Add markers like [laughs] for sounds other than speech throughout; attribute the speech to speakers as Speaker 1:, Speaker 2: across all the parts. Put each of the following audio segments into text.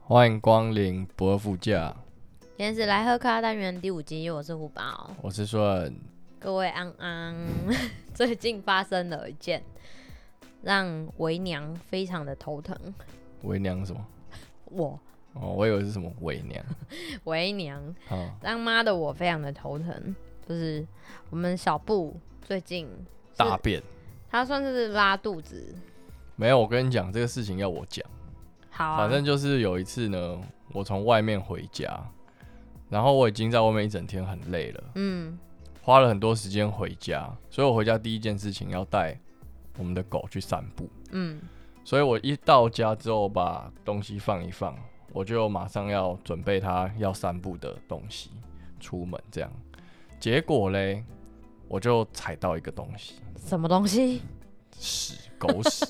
Speaker 1: 欢迎光临不二副驾，
Speaker 2: 今天是来喝咖单元第五集，我是胡宝，
Speaker 1: 我是顺。
Speaker 2: 各位安安。 [laughs] 最近发生了一件让为娘非常的头疼，
Speaker 1: 伪娘什么？
Speaker 2: 我
Speaker 1: 哦，我以为是什么伪
Speaker 2: [laughs]
Speaker 1: 娘。
Speaker 2: 为娘
Speaker 1: 啊，
Speaker 2: 当妈的我非常的头疼，就是我们小布最近
Speaker 1: 大便
Speaker 2: 他算是拉肚子，
Speaker 1: 没有，我跟你讲这个事情要我讲。
Speaker 2: 好、啊，
Speaker 1: 反正就是有一次呢，我从外面回家，然后我已经在外面一整天很累了，
Speaker 2: 嗯
Speaker 1: 花了很多时间回家，所以我回家第一件事情要带我们的狗去散步。
Speaker 2: 嗯
Speaker 1: 所以我一到家之后，把东西放一放，我就马上要准备它要散步的东西，出门这样。结果嘞，我就踩到一个东西，
Speaker 2: 什么东西？
Speaker 1: 屎，狗屎，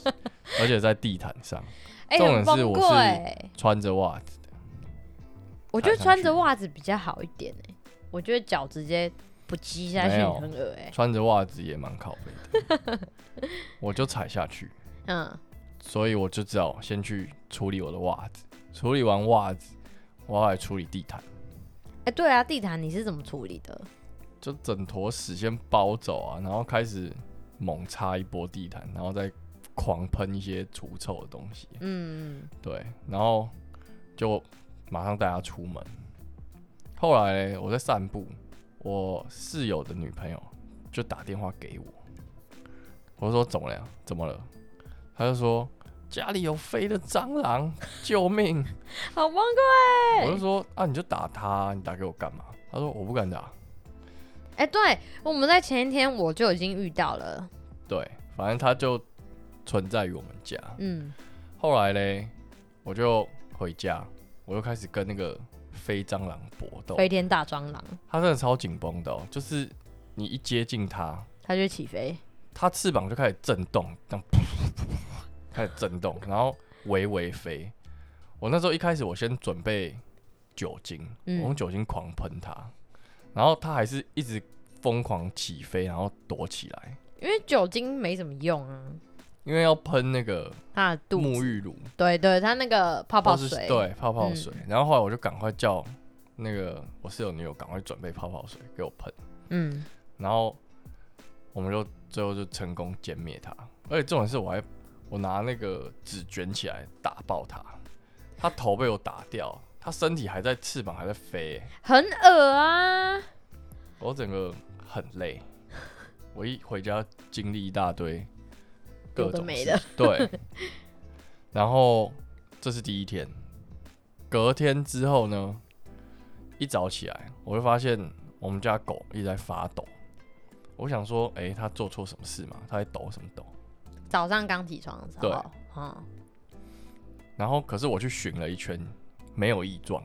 Speaker 1: 而且在地毯上，
Speaker 2: 哎、
Speaker 1: 重点
Speaker 2: 很
Speaker 1: 是
Speaker 2: 崩
Speaker 1: 我
Speaker 2: 溃
Speaker 1: 是
Speaker 2: 欸
Speaker 1: 穿着袜子，
Speaker 2: 我觉得
Speaker 1: 踩上
Speaker 2: 穿
Speaker 1: 去
Speaker 2: 着袜子比较好一点哎、我觉得脚直接不击下去
Speaker 1: 没有
Speaker 2: 很恶哎、
Speaker 1: 穿着袜子也蛮靠背的，我就踩下去，
Speaker 2: 嗯，
Speaker 1: 所以我就只好先去处理我的袜子，处理完袜子，我要来处理地毯，
Speaker 2: 哎、对啊，地毯你是怎么处理的？
Speaker 1: 就整坨屎先包走啊，然后开始猛擦一波地毯，然后再狂喷一些除臭的东西，
Speaker 2: 嗯，
Speaker 1: 对，然后就马上带他出门。后来嘞我在散步，我室友的女朋友就打电话给我，我说怎么了？怎么了？他就说家里有飞的蟑螂，救命！
Speaker 2: 好崩
Speaker 1: 我就
Speaker 2: 溃。
Speaker 1: 说啊，你就打他，你打给我干嘛？他说我不敢打。
Speaker 2: 哎、对，我们在前一天我就已经遇到了。
Speaker 1: 对，反正他就存在于我们家。
Speaker 2: 嗯，
Speaker 1: 后来嘞，我就回家，我又开始跟那个飞蟑螂搏斗。
Speaker 2: 飞天大蟑螂，
Speaker 1: 它真的超紧绷的、哦，就是你一接近它，
Speaker 2: 它就起飞。
Speaker 1: 它翅膀就开始震动，这样噗噗 [laughs] 噗噗开始震动，然后微微飞。我那时候一开始我先准备酒精，
Speaker 2: 嗯
Speaker 1: 我用酒精狂喷它，然后它还是一直疯狂起飞，然后躲起来，
Speaker 2: 因为酒精没什么用啊，
Speaker 1: 因为要喷那个
Speaker 2: 它的肚子
Speaker 1: 沐浴乳。
Speaker 2: 对对，它那个泡泡
Speaker 1: 或是
Speaker 2: 水，，嗯
Speaker 1: 对，泡泡水。然后后来我就赶快叫那个我室友女友赶快准备泡泡水给我喷，
Speaker 2: 嗯，
Speaker 1: 然后我们就最后就成功歼灭它。而且重点是我还我拿那个纸卷起来打爆它，它头被我打掉，它身体还在翅膀还在飞、欸
Speaker 2: 很恶啊。
Speaker 1: 我整个很累。我一回家经历一大堆各
Speaker 2: 有的
Speaker 1: 种
Speaker 2: 没
Speaker 1: 事
Speaker 2: 的
Speaker 1: 情，对。然后这是第一天，隔天之后呢，一早起来我就发现我们家狗一直在发抖。我想说，诶，它做错什么事吗？它在抖什么抖？
Speaker 2: 早上刚起床的时候，嗯，
Speaker 1: 然后可是我去巡了一圈，没有异状。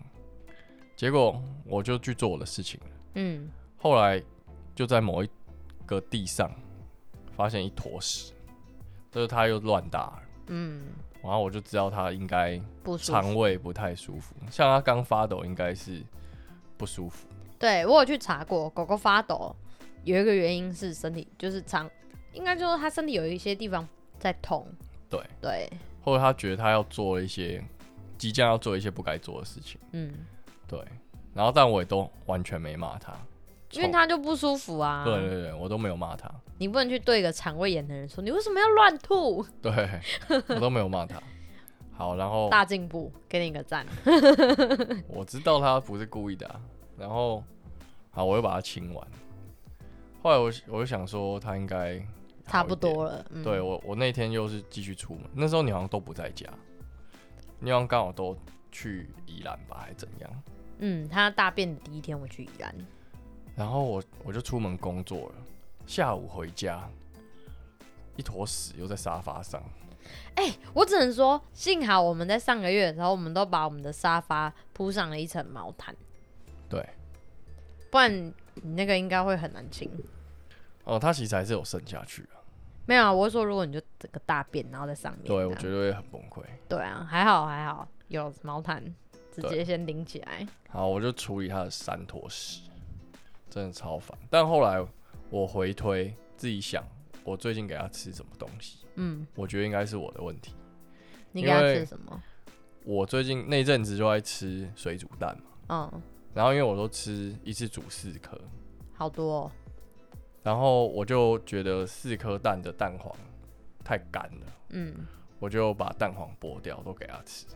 Speaker 1: 结果我就去做我的事情了。
Speaker 2: 嗯，
Speaker 1: 后来就在某一个地上发现一坨屎，就是它又乱大了，
Speaker 2: 嗯，
Speaker 1: 然后我就知道它应该
Speaker 2: 不舒服。
Speaker 1: 肠胃不太舒服，像它刚发抖应该是不舒服，
Speaker 2: 对我有去查过，狗狗发抖有一个原因是身体就是肠，应该就是它身体有一些地方在痛。
Speaker 1: 对
Speaker 2: 对，
Speaker 1: 或者它觉得它要做一些即将要做一些不该做的事情，
Speaker 2: 嗯，
Speaker 1: 对，然后但我也都完全没骂它，
Speaker 2: 因为
Speaker 1: 臭
Speaker 2: 它就不舒服啊。
Speaker 1: 对对对，我都没有骂它，
Speaker 2: 你不能去对一个肠胃炎的人说你为什么要乱吐， [laughs]
Speaker 1: 对我都没有骂它。好，然后
Speaker 2: 大进步，给你一个赞。
Speaker 1: 我知道他不是故意的、啊，然后好，我又把它清完。后来我我就想说，他应该
Speaker 2: 差不
Speaker 1: 好
Speaker 2: 多了，嗯
Speaker 1: 一点。，对我，我那天又是继续出门，那时候你好像都不在家，你好像刚好都去宜兰吧，还是怎样？
Speaker 2: 嗯，它大便的第一天我去宜兰，
Speaker 1: 然后我我就出门工作了，下午回家，一坨屎又在沙发上，
Speaker 2: 哎、我只能说幸好我们在上个月的时候，我们都把我们的沙发铺上了一层毛毯，
Speaker 1: 对，
Speaker 2: 不然你那个应该会很难清。
Speaker 1: 哦，它其实还是有渗下去啊，
Speaker 2: 没有啊，我是说如果你就整个大便然后在上面，
Speaker 1: 对我
Speaker 2: 得
Speaker 1: 觉得会很崩溃。
Speaker 2: 对啊，还好还好有毛毯，直
Speaker 1: 对
Speaker 2: 接先拎起来。
Speaker 1: 好，我就处理他的三坨屎，真的超烦。但后来我回推自己想，我最近给他吃什么东西，
Speaker 2: 嗯，
Speaker 1: 我觉得应该是我的问题。
Speaker 2: 你给它
Speaker 1: 因为
Speaker 2: 吃什么？
Speaker 1: 我最近那阵子就爱吃水煮蛋嘛，
Speaker 2: 嗯，
Speaker 1: 然后因为我都吃一次煮四颗，
Speaker 2: 好多、哦，
Speaker 1: 然后我就觉得四颗蛋的蛋黄太干了，
Speaker 2: 嗯，
Speaker 1: 我就把蛋黄剥掉，都给他吃。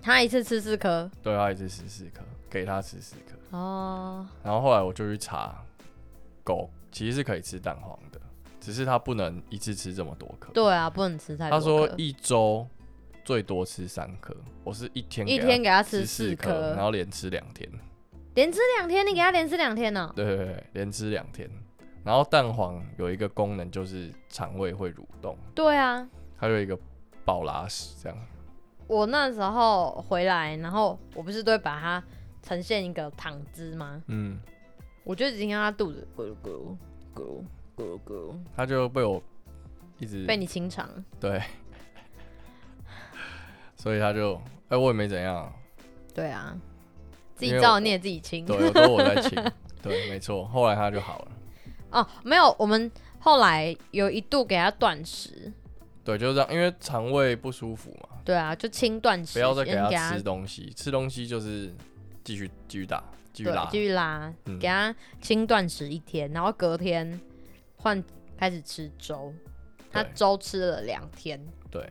Speaker 2: 他一次吃四颗，
Speaker 1: 对他一直吃四颗，给他吃四颗。
Speaker 2: 哦，
Speaker 1: 然后后来我就去查，狗其实是可以吃蛋黄的，只是它不能一次吃这么多颗。
Speaker 2: 对啊，不能吃太
Speaker 1: 他
Speaker 2: 多颗。
Speaker 1: 说一周最多吃三颗，我是一天
Speaker 2: 一
Speaker 1: 给它
Speaker 2: 天给他
Speaker 1: 吃
Speaker 2: 吃
Speaker 1: 四
Speaker 2: 四
Speaker 1: 颗，然
Speaker 2: 颗，
Speaker 1: 后连吃两天。
Speaker 2: 连吃两天，你给他连吃两天哦呢、
Speaker 1: 对对对对，连吃两天。然后蛋黄有一个功能就是肠胃会蠕动，
Speaker 2: 对啊，
Speaker 1: 它有一个爆拉屎这样。
Speaker 2: 我那时候回来，然后我不是都会把它呈现一个躺姿吗？
Speaker 1: 嗯，
Speaker 2: 我就已经让它肚子咕噜咕噜咕噜咕噜咕噜
Speaker 1: 它就被我一直
Speaker 2: 被你清肠，
Speaker 1: 对，所以他就哎、我也没怎
Speaker 2: [laughs]
Speaker 1: 样，
Speaker 2: 对啊，自
Speaker 1: 因
Speaker 2: 己
Speaker 1: 为我
Speaker 2: 照你也自己清。
Speaker 1: 对，我都我在请，对，没错。后来他就好了，
Speaker 2: 哦，没有，我们后来有一度给它断食，
Speaker 1: 对，就是这样，因为肠胃不舒服嘛，
Speaker 2: 对啊，就轻断食，
Speaker 1: 不要再给
Speaker 2: 先
Speaker 1: 他
Speaker 2: 给
Speaker 1: 吃东西，吃东西就是继续继续打，继续
Speaker 2: 对
Speaker 1: 拉，
Speaker 2: 继续拉，
Speaker 1: 嗯
Speaker 2: 给它轻断食一天，然后隔天换开始吃粥，它
Speaker 1: 对
Speaker 2: 粥吃了两天，
Speaker 1: 对，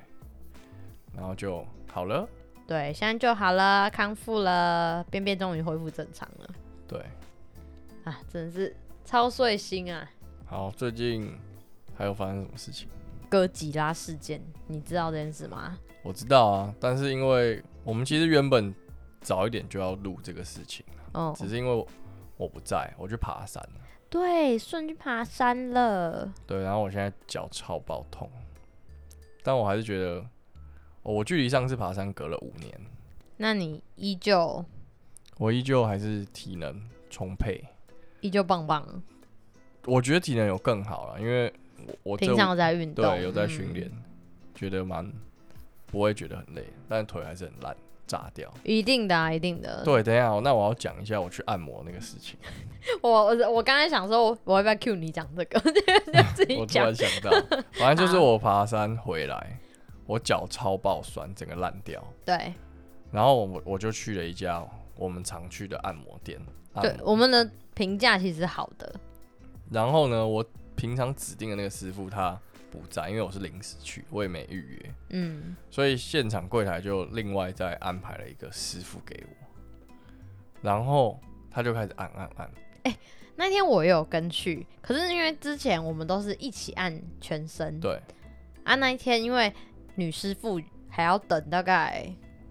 Speaker 1: 然后就好了，
Speaker 2: 对，现在就好了，康复了，便便终于恢复正常了
Speaker 1: 对，
Speaker 2: 啊，真的是超碎心啊！
Speaker 1: 好，最近还有发生什么事情？
Speaker 2: 哥吉拉事件，你知道这件事吗？
Speaker 1: 我知道啊，但是因为我们其实原本早一点就要录这个事情，
Speaker 2: 哦，
Speaker 1: 只是因为我我不在，我去爬山了。
Speaker 2: 对，顺去爬山了，
Speaker 1: 对，然后我现在脚超爆痛，但我还是觉得，哦我距离上次爬山隔了五年，
Speaker 2: 那你依旧
Speaker 1: 我依旧还是体能充沛。
Speaker 2: 依旧棒棒，
Speaker 1: 我觉得体能有更好了，因为我我这
Speaker 2: 平常
Speaker 1: 五
Speaker 2: 有在运动，
Speaker 1: 对有在训
Speaker 2: 嗯
Speaker 1: 练，觉得蛮不会觉得很累，但腿还是很烂，炸掉。
Speaker 2: 一定的、啊，一定的。
Speaker 1: 对，等一下哦，那我要讲一下我去按摩那个事
Speaker 2: [laughs]
Speaker 1: 情，
Speaker 2: 我我我刚才想说，我我要不要 cue 你讲这个？ [laughs] 就自己
Speaker 1: [laughs] 我突
Speaker 2: 讲啊
Speaker 1: 然。想到，反正就是
Speaker 2: 好
Speaker 1: 我爬山回来，我脚超爆酸，整个烂掉。
Speaker 2: 对
Speaker 1: 然后我我就去了一家我们常去的按摩店，
Speaker 2: 对
Speaker 1: 按，摩
Speaker 2: 我们的评价其实好的，
Speaker 1: 然后呢，我平常指定的那个师傅他不在，因为我是临时去，我也没预约，
Speaker 2: 嗯，
Speaker 1: 所以现场柜台就另外再安排了一个师傅给我，然后他就开始按按按，
Speaker 2: 那天我也有跟去，可是因为之前我们都是一起按全身，
Speaker 1: 对，
Speaker 2: 啊，那一天因为女师傅还要等大概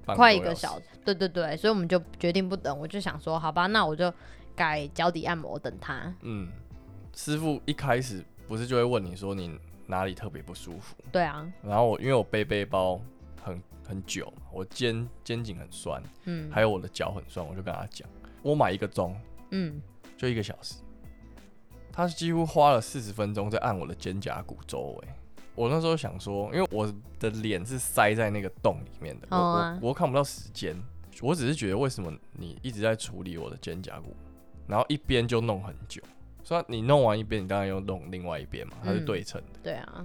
Speaker 1: 半
Speaker 2: 快
Speaker 1: 多
Speaker 2: 一个
Speaker 1: 小时
Speaker 2: 小时，对对对，所以我们就决定不等，我就想说，好吧，那我就改脚底按摩等她。
Speaker 1: 嗯，师傅一开始不是就会问你说你哪里特别不舒服，
Speaker 2: 对啊，
Speaker 1: 然后我因为我背背包很很久，我肩肩颈很酸，
Speaker 2: 嗯
Speaker 1: 还有我的脚很酸，我就跟他讲，我买一个钟，
Speaker 2: 嗯，
Speaker 1: 就一个小时，他几乎花了四十分钟在按我的肩胛骨周围。我那时候想说，因为我的脸是塞在那个洞里面的，我
Speaker 2: 哦啊
Speaker 1: 我我看不到时间，我只是觉得为什么你一直在处理我的肩胛骨，然后一边就弄很久。虽然你弄完一边，你当然又弄另外一边嘛，它是
Speaker 2: 嗯
Speaker 1: 对称的。
Speaker 2: 对啊，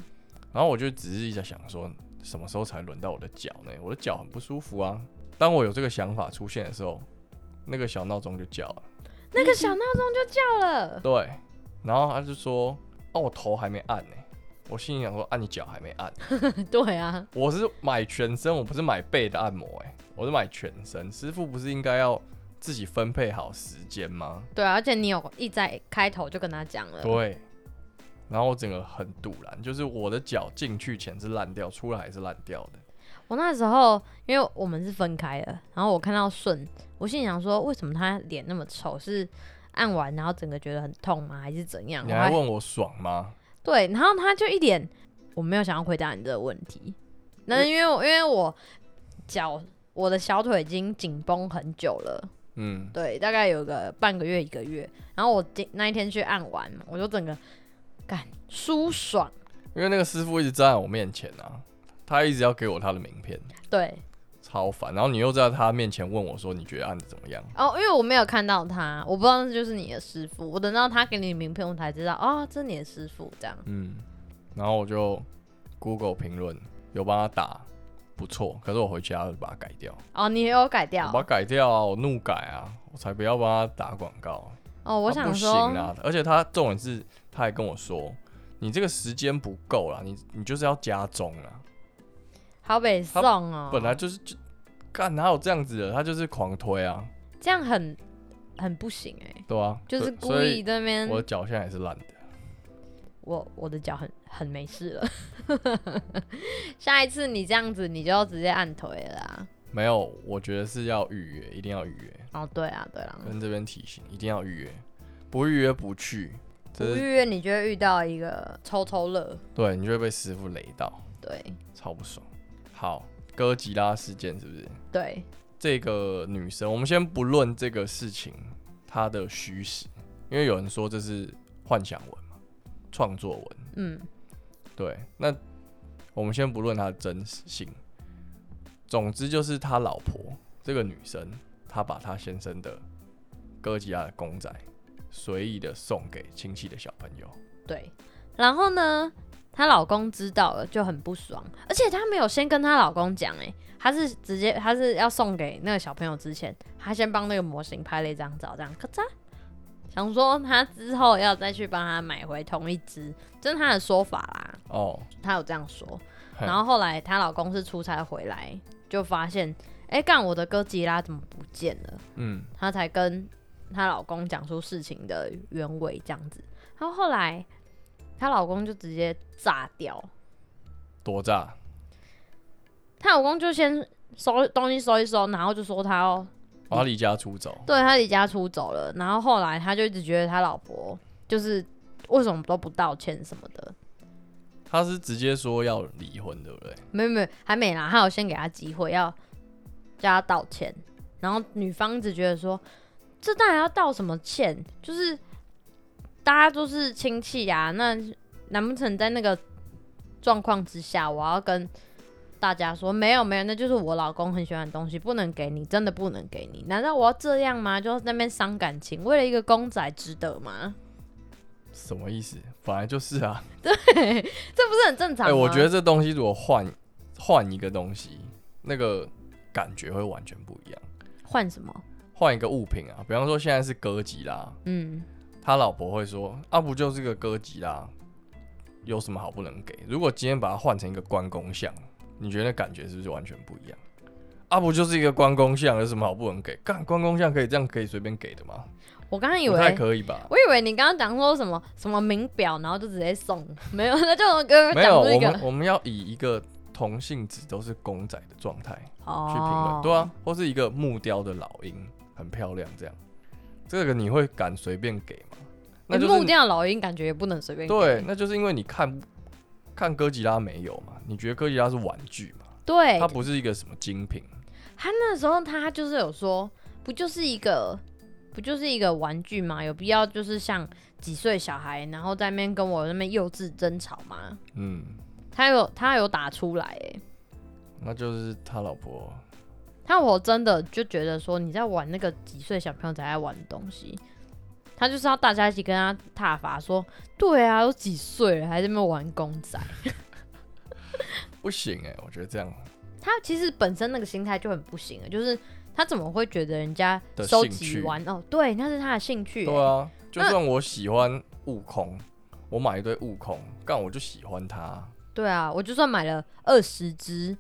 Speaker 1: 然后我就只是一直想说，什么时候才轮到我的脚呢？我的脚很不舒服啊。当我有这个想法出现的时候，那个小闹钟就叫了。
Speaker 2: 那个小闹钟就叫了，
Speaker 1: 对，然后他就说：“哦，我头还没按呢、我心里想说：“按、啊你脚还没按。
Speaker 2: [laughs] 对啊，”
Speaker 1: 我是买全身，我不是买背的按摩、欸，我是买全身。师傅不是应该要自己分配好时间吗？
Speaker 2: 对啊，而且你有一在开头就跟他讲了，
Speaker 1: 对。然后我整个很堵然，就是我的脚进去前是烂掉，出来还是烂掉的。
Speaker 2: 我那时候因为我们是分开的，然后我看到顺，我心里想说，为什么他脸那么丑？是按完然后整个觉得很痛吗？还是怎样？
Speaker 1: 你
Speaker 2: 我
Speaker 1: 还问我爽吗？
Speaker 2: 对，然后他就一脸我没有想要回答你这个问题。那因为我因为我脚我的小腿已经紧绷很久了，
Speaker 1: 嗯，
Speaker 2: 对，大概有个半个月一个月。然后我今那一天去按完，我就整个感舒爽，
Speaker 1: 因为那个师傅一直站在我面前啊，他一直要给我他的名片，
Speaker 2: 对，
Speaker 1: 超烦。然后你又在他面前问我说：“你觉得按的怎么样？”
Speaker 2: 哦，因为我没有看到他，我不知道这就是你的师傅。我等到他给你名片，我才知道哦，这是你的师傅这样。
Speaker 1: 嗯，然后我就 Google 评论有帮他打不错，可是我回家就把它改掉，
Speaker 2: 哦，你也有改掉
Speaker 1: 我把它改掉啊，我怒改啊，我才不要帮他打广告。
Speaker 2: 哦。我
Speaker 1: 他
Speaker 2: 想
Speaker 1: 不行
Speaker 2: 说，
Speaker 1: 啊，而且他重点是，他还跟我说，你这个时间不够啦，你你就是要加钟啊，
Speaker 2: 好北
Speaker 1: 他
Speaker 2: 宋哦，
Speaker 1: 本来就是就干哪有这样子的，他就是狂推啊，
Speaker 2: 这样很很不行哎、
Speaker 1: 对啊，
Speaker 2: 就是
Speaker 1: 所
Speaker 2: 故
Speaker 1: 所
Speaker 2: 意
Speaker 1: 以
Speaker 2: 在那边
Speaker 1: 我的脚现在也是烂的，
Speaker 2: 我我的脚很很没事了， [laughs] 下一次你这样子你就直接按腿了啊啦。
Speaker 1: 没有，我觉得是要预约，一定要预约，
Speaker 2: 哦，对啊，对啦，
Speaker 1: 跟这边提醒，一定要预约，不预约不去，
Speaker 2: 不
Speaker 1: 这
Speaker 2: 预
Speaker 1: 是
Speaker 2: 约你就会遇到一个抽抽乐，
Speaker 1: 对你就会被师傅雷到，
Speaker 2: 对
Speaker 1: 超不爽。好，哥吉拉事件是不是？
Speaker 2: 对，
Speaker 1: 这个女生，我们先不论这个事情它的虚实，因为有人说这是幻想文嘛，创作文。
Speaker 2: 嗯，
Speaker 1: 对，那我们先不论它的真实性。总之就是他老婆这个女生，她把她先生的哥吉拉的公仔随意的送给亲戚的小朋友。
Speaker 2: 对。然后呢，她老公知道了就很不爽，而且她没有先跟她老公讲，哎，她是直接她是要送给那个小朋友之前，她先帮那个模型拍了一张照，这样咔嚓。想说她之后要再去帮她买回同一只，这是她的说法啦。
Speaker 1: 哦，
Speaker 2: 她有这样说。
Speaker 1: 嘿
Speaker 2: 然后后来她老公是出差回来，就发现，哎、干我的哥吉拉怎么不见了？
Speaker 1: 嗯，
Speaker 2: 她才跟她老公讲出事情的原委这样子。然后后来她老公就直接炸掉，
Speaker 1: 多炸，
Speaker 2: 她老公就先收东西收一收，然后就说她要
Speaker 1: 我要离家出走。
Speaker 2: 对她离家出走了。然后后来她就一直觉得她老婆就是为什么都不道歉什么的。
Speaker 1: 他是直接说要离婚，对不对？
Speaker 2: 没有没有，还没啦，他有先给他机会，要叫他道歉。然后女方只觉得说，这当然要道什么歉，就是大家都是亲戚呀、那难不成在那个状况之下，我要跟大家说没有没有，那就是我老公很喜欢的东西，不能给你，真的不能给你。难道我要这样吗？就在那边伤感情，为了一个公仔值得吗？
Speaker 1: 什么意思？本来就是啊。
Speaker 2: 这不是很正常
Speaker 1: 哎、
Speaker 2: 吗？
Speaker 1: 我觉得这东西如果换换一个东西，那个感觉会完全不一样。
Speaker 2: 换什么？
Speaker 1: 换一个物品啊，比方说现在是哥吉拉，
Speaker 2: 嗯，
Speaker 1: 他老婆会说：“啊，不就是个哥吉拉，有什么好不能给？”如果今天把它换成一个关公像，你觉得那感觉是不是完全不一样？啊，不就是一个关公像，有什么好不能给？干关公像可以这样可以随便给的吗？
Speaker 2: 我刚刚以
Speaker 1: 不
Speaker 2: 为
Speaker 1: 太可以吧？
Speaker 2: 我以为你刚刚讲说什么什么名表，然后就直接送， [laughs] 没有，那就我刚刚
Speaker 1: 没
Speaker 2: 讲
Speaker 1: 有，
Speaker 2: 出一
Speaker 1: 我
Speaker 2: 个
Speaker 1: 们我们要以一个同性质都是公仔的状态
Speaker 2: 哦
Speaker 1: 去评论，对啊，或是一个木雕的老鹰，很漂亮，这样，这个你会敢随便给吗？那
Speaker 2: 你
Speaker 1: 就
Speaker 2: 木
Speaker 1: 是
Speaker 2: 掉老鹰感觉也不能随便给
Speaker 1: 对，那就是因为你看看哥吉拉没有嘛，你觉得哥吉拉是玩具嘛，
Speaker 2: 对
Speaker 1: 它，不是一个什么精品，
Speaker 2: 他那时候他就是有说，不就是一个不就是一个玩具吗？有必要就是像几岁小孩，然后在那边跟我那边幼稚争吵吗？
Speaker 1: 嗯，
Speaker 2: 他有他有打出来、欸，
Speaker 1: 那就是他老婆
Speaker 2: 他我真的就觉得说你在玩那个几岁小朋友才在玩的东西，他就是要大家一起跟他挞伐说，对啊，都几岁了还在那边玩公仔。
Speaker 1: 不行哎、我觉得这样
Speaker 2: 他其实本身那个心态就很不行了，就是他怎么会觉得人家
Speaker 1: 的
Speaker 2: 收
Speaker 1: 兴
Speaker 2: 集
Speaker 1: 趣
Speaker 2: 玩哦，对，那是他的兴趣、欸
Speaker 1: 对啊，就
Speaker 2: 那
Speaker 1: 算我喜欢悟空，我买一堆悟空，干我就喜欢它。
Speaker 2: 对啊，我就算买了二十只，